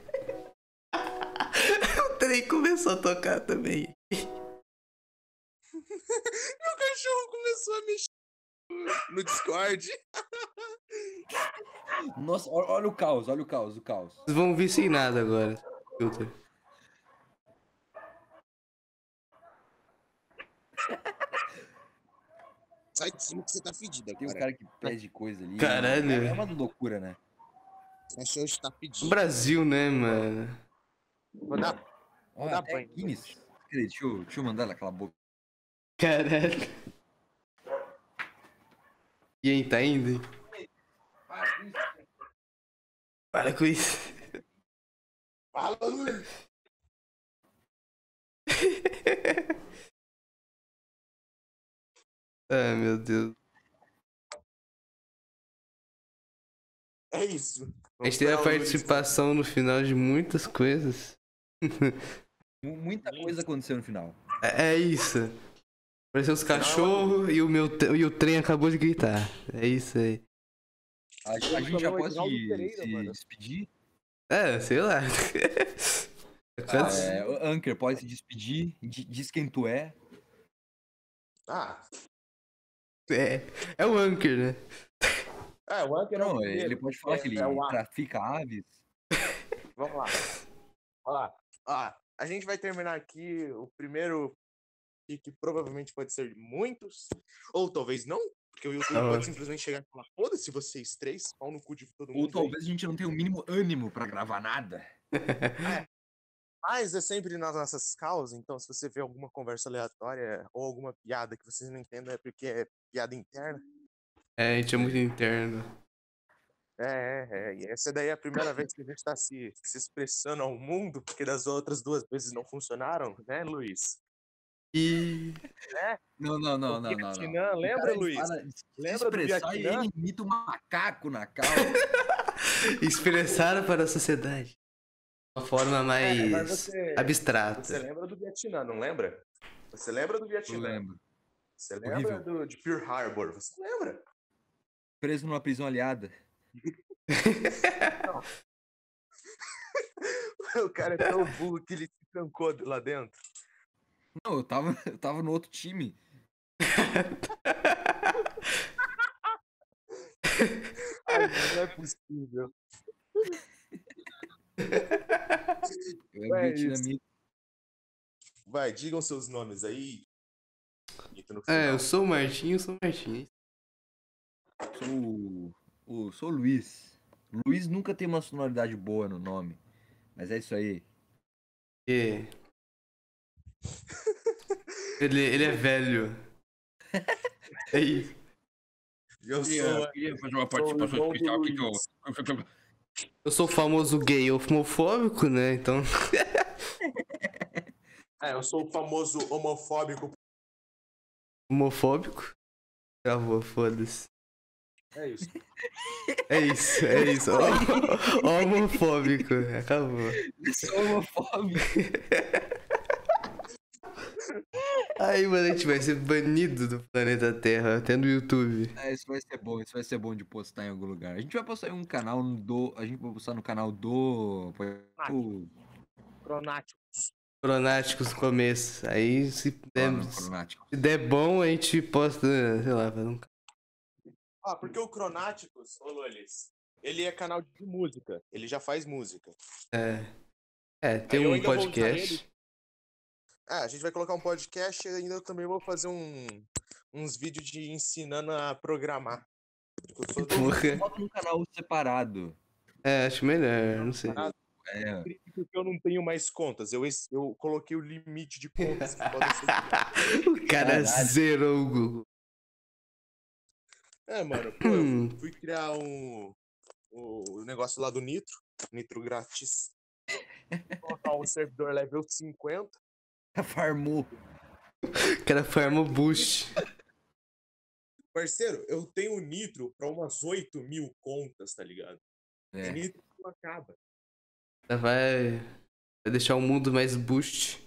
[SPEAKER 2] O trem começou a tocar também.
[SPEAKER 1] Meu cachorro começou a mexer no Discord.
[SPEAKER 3] Nossa, ol- olha o caos, olha o caos, o caos.
[SPEAKER 2] Vocês vão vir sem nada agora. Filter.
[SPEAKER 1] Sai de cima que você tá fedida,
[SPEAKER 3] Tem um
[SPEAKER 1] cara.
[SPEAKER 3] cara que pede coisa ali.
[SPEAKER 2] Caralho.
[SPEAKER 3] É uma loucura, né?
[SPEAKER 1] O cachorro está
[SPEAKER 2] O
[SPEAKER 1] fedido.
[SPEAKER 2] Brasil, né, mano?
[SPEAKER 1] Vou dar-
[SPEAKER 3] Olha,
[SPEAKER 1] dar
[SPEAKER 3] até
[SPEAKER 1] banho
[SPEAKER 3] Guinness. Peraí, deixa eu, deixa eu mandar ela aquela boca.
[SPEAKER 2] Caralho. E aí, tá indo? hein? Para com isso.
[SPEAKER 1] Fala, Luiz.
[SPEAKER 2] Ai, meu Deus.
[SPEAKER 1] É isso.
[SPEAKER 2] A gente teve a participação no final de muitas coisas.
[SPEAKER 3] Mu- Muita coisa aconteceu no final.
[SPEAKER 2] É, é isso. Apareceu os cachorros e o, meu tre- e o trem acabou de gritar. É isso aí.
[SPEAKER 3] A, a gente já pode
[SPEAKER 1] Edinaldo
[SPEAKER 3] se,
[SPEAKER 1] Pereira,
[SPEAKER 3] se
[SPEAKER 1] mano.
[SPEAKER 3] despedir.
[SPEAKER 2] É, sei lá. Quantos-
[SPEAKER 3] É, o Anker, pode se despedir. di- Diz quem tu é.
[SPEAKER 1] Ah,
[SPEAKER 2] É, é o Anker, né?
[SPEAKER 1] é, o Anker é o
[SPEAKER 3] Não,
[SPEAKER 1] primeiro.
[SPEAKER 3] ele pode falar
[SPEAKER 1] É-
[SPEAKER 3] que ele
[SPEAKER 1] é o A.
[SPEAKER 3] trafica aves.
[SPEAKER 1] Vamos lá. Olha lá. Ó, a gente vai terminar aqui o primeiro que, que provavelmente pode ser de muitos, ou talvez não, porque o YouTube
[SPEAKER 2] Ah.
[SPEAKER 1] pode simplesmente chegar e falar: foda-se vocês três, pau no cu de todo
[SPEAKER 3] Ou
[SPEAKER 1] mundo. aí."
[SPEAKER 3] talvez a gente não tenha o mínimo ânimo pra gravar nada.
[SPEAKER 1] Mas é sempre nas nossas causas, então se você vê alguma conversa aleatória ou alguma piada que vocês não entendem, é porque é piada interna.
[SPEAKER 2] É, a gente é muito interno.
[SPEAKER 1] É, é, é. E essa daí é a primeira vez que a gente está se, se expressando ao mundo, porque das outras duas vezes não funcionaram, né, Luiz?
[SPEAKER 2] E.
[SPEAKER 3] Não, não, não, não, não. não.
[SPEAKER 1] Vietnã,
[SPEAKER 3] O
[SPEAKER 1] lembra,
[SPEAKER 3] cara, ele
[SPEAKER 1] Luiz?
[SPEAKER 3] fala de se
[SPEAKER 1] Lembra do
[SPEAKER 3] expressar e
[SPEAKER 1] Vietnã?
[SPEAKER 3] ele imita um macaco na calma.
[SPEAKER 2] expressaram para a sociedade. Uma forma mais
[SPEAKER 1] É, mas você,
[SPEAKER 2] abstrata.
[SPEAKER 1] você lembra do Vietnã, não lembra? Você lembra do
[SPEAKER 3] Eu
[SPEAKER 1] Vietnã?
[SPEAKER 3] lembro.
[SPEAKER 1] Você lembra do, de Pearl Harbor? Você lembra?
[SPEAKER 3] Preso numa prisão aliada.
[SPEAKER 1] O cara é tão burro que ele se trancou lá dentro.
[SPEAKER 3] Não, eu tava, eu tava no outro time.
[SPEAKER 1] Ai, não é possível.
[SPEAKER 3] Eu era
[SPEAKER 1] É
[SPEAKER 3] do time
[SPEAKER 1] isso.
[SPEAKER 3] amigo.
[SPEAKER 1] Vai, digam seus nomes aí. Dito no
[SPEAKER 2] É,
[SPEAKER 1] final.
[SPEAKER 2] eu sou o Martinho, eu sou o Martinho.
[SPEAKER 3] Sou o, o- sou o Luiz. Luiz nunca tem uma sonoridade boa no nome. Mas é isso aí.
[SPEAKER 2] E- Ele, ele é velho. É isso.
[SPEAKER 1] Eu é. sou.
[SPEAKER 3] queria fazer uma
[SPEAKER 1] participação irmão do especial aqui que eu- Luiz.
[SPEAKER 2] Eu sou o famoso gay homofóbico, né? Então.
[SPEAKER 1] É, eu sou o famoso homofóbico.
[SPEAKER 2] Homofóbico? Travou, foda-se.
[SPEAKER 1] É isso.
[SPEAKER 2] É isso, é isso. homofóbico. Acabou.
[SPEAKER 3] Sou homofóbico.
[SPEAKER 2] Aí, mano, a gente vai ser banido do planeta Terra, até no YouTube.
[SPEAKER 3] É, isso vai ser bom, isso vai ser bom de postar em algum lugar. A gente vai postar em um canal do. A gente vai postar no canal do. né, do-
[SPEAKER 1] Cronático.
[SPEAKER 2] Pronáticos começo. Aí, se der,
[SPEAKER 3] Ah, no
[SPEAKER 2] se
[SPEAKER 3] Cronático.
[SPEAKER 2] der bom, a gente posta, sei lá, faz um
[SPEAKER 1] Ah, porque o Cronáticos, ô Lolis, ele é canal de música. Ele já faz música.
[SPEAKER 2] É. É, tem
[SPEAKER 1] Aí eu
[SPEAKER 2] um
[SPEAKER 1] ainda vou usar
[SPEAKER 2] podcast.
[SPEAKER 1] ele. Ah, a gente vai colocar um podcast e ainda eu também vou fazer um, uns vídeos de ensinando a programar. Porque eu sou do-
[SPEAKER 2] Porra.
[SPEAKER 3] Bota num canal separado.
[SPEAKER 2] É, acho melhor, não sei.
[SPEAKER 3] É,
[SPEAKER 1] porque eu não tenho mais contas. Eu, es- eu coloquei o limite de contas que podem ser.
[SPEAKER 2] O cara
[SPEAKER 3] Caralho.
[SPEAKER 2] zerou o Google.
[SPEAKER 1] É, mano, pô, eu
[SPEAKER 2] Hum.
[SPEAKER 1] fui criar um, o negócio lá do Nitro, Nitro grátis. Colocar um servidor level 50.
[SPEAKER 3] farmou.
[SPEAKER 2] O cara farma o boost.
[SPEAKER 1] Parceiro, eu tenho Nitro pra umas 8 mil contas, tá ligado? E
[SPEAKER 3] É.
[SPEAKER 1] Nitro não acaba.
[SPEAKER 2] Vai, vai deixar o mundo mais boost.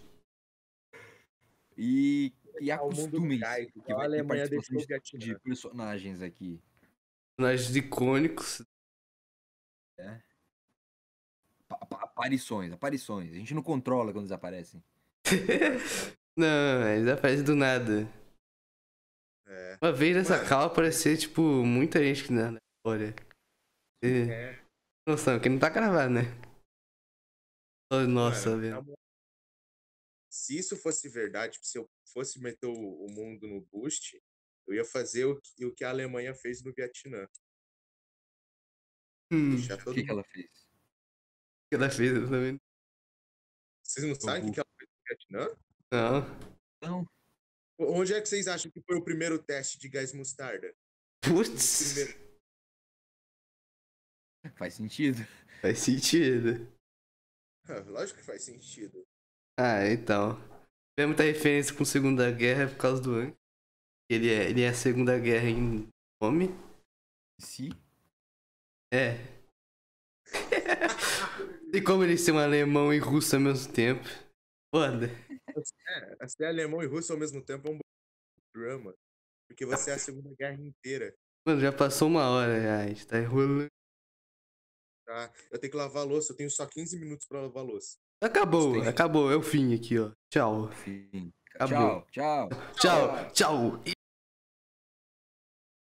[SPEAKER 3] E, e
[SPEAKER 1] Ah, o mundo cai,
[SPEAKER 3] acostumem-se. que
[SPEAKER 1] a
[SPEAKER 3] vai ter
[SPEAKER 1] Alemanha deixou
[SPEAKER 3] participações
[SPEAKER 1] de atirar.
[SPEAKER 3] de personagens aqui.
[SPEAKER 2] Personagens icônicos.
[SPEAKER 3] Pa- pa- aparições, aparições. A gente não controla quando eles aparecem.
[SPEAKER 2] Não, eles aparecem do nada.
[SPEAKER 1] É.
[SPEAKER 2] Uma vez nessa
[SPEAKER 1] Mano.
[SPEAKER 2] cala apareceu, tipo, muita gente que na história. E...
[SPEAKER 1] É.
[SPEAKER 2] Noção, que não tá gravado, né? Oh, Nossa,
[SPEAKER 1] Mano,
[SPEAKER 2] velho.
[SPEAKER 1] na moral, Se isso fosse verdade, tipo, se eu fosse meter o, o mundo no boost, eu ia fazer o, que- o que a Alemanha fez no Vietnã.
[SPEAKER 2] Hum, o
[SPEAKER 1] Deixar
[SPEAKER 3] O
[SPEAKER 1] todo
[SPEAKER 3] que, que ela fez?
[SPEAKER 2] que ela fez? Eu também
[SPEAKER 1] Vocês não sabem o que que ela fez no Vietnã?
[SPEAKER 2] não.
[SPEAKER 3] Então,
[SPEAKER 1] O- Onde é que vocês acham que foi o primeiro teste de gás mostarda?
[SPEAKER 2] Putz,
[SPEAKER 1] Primeiro-
[SPEAKER 3] faz sentido.
[SPEAKER 2] faz sentido.
[SPEAKER 1] Ah, lógico que faz sentido.
[SPEAKER 2] Ah, então. Tem muita referência com Segunda Guerra por causa do Ang. Ele é, ele é a Segunda Guerra em nome?
[SPEAKER 3] Se
[SPEAKER 2] É. e como eles são alemão e russo ao mesmo tempo? Foda.
[SPEAKER 1] É, ser alemão e russo ao mesmo tempo é um drama. Porque você é a Segunda Guerra inteira.
[SPEAKER 2] Mano, já passou uma hora já, a gente tá enrolando.
[SPEAKER 1] Tá? Eu tenho que lavar a louça, eu tenho só 15 minutos pra lavar a louça.
[SPEAKER 2] Acabou, acabou, é o fim aqui, ó. Tchau.
[SPEAKER 3] Sim.
[SPEAKER 2] Acabou.
[SPEAKER 3] Tchau, tchau.
[SPEAKER 2] Tchau, tchau.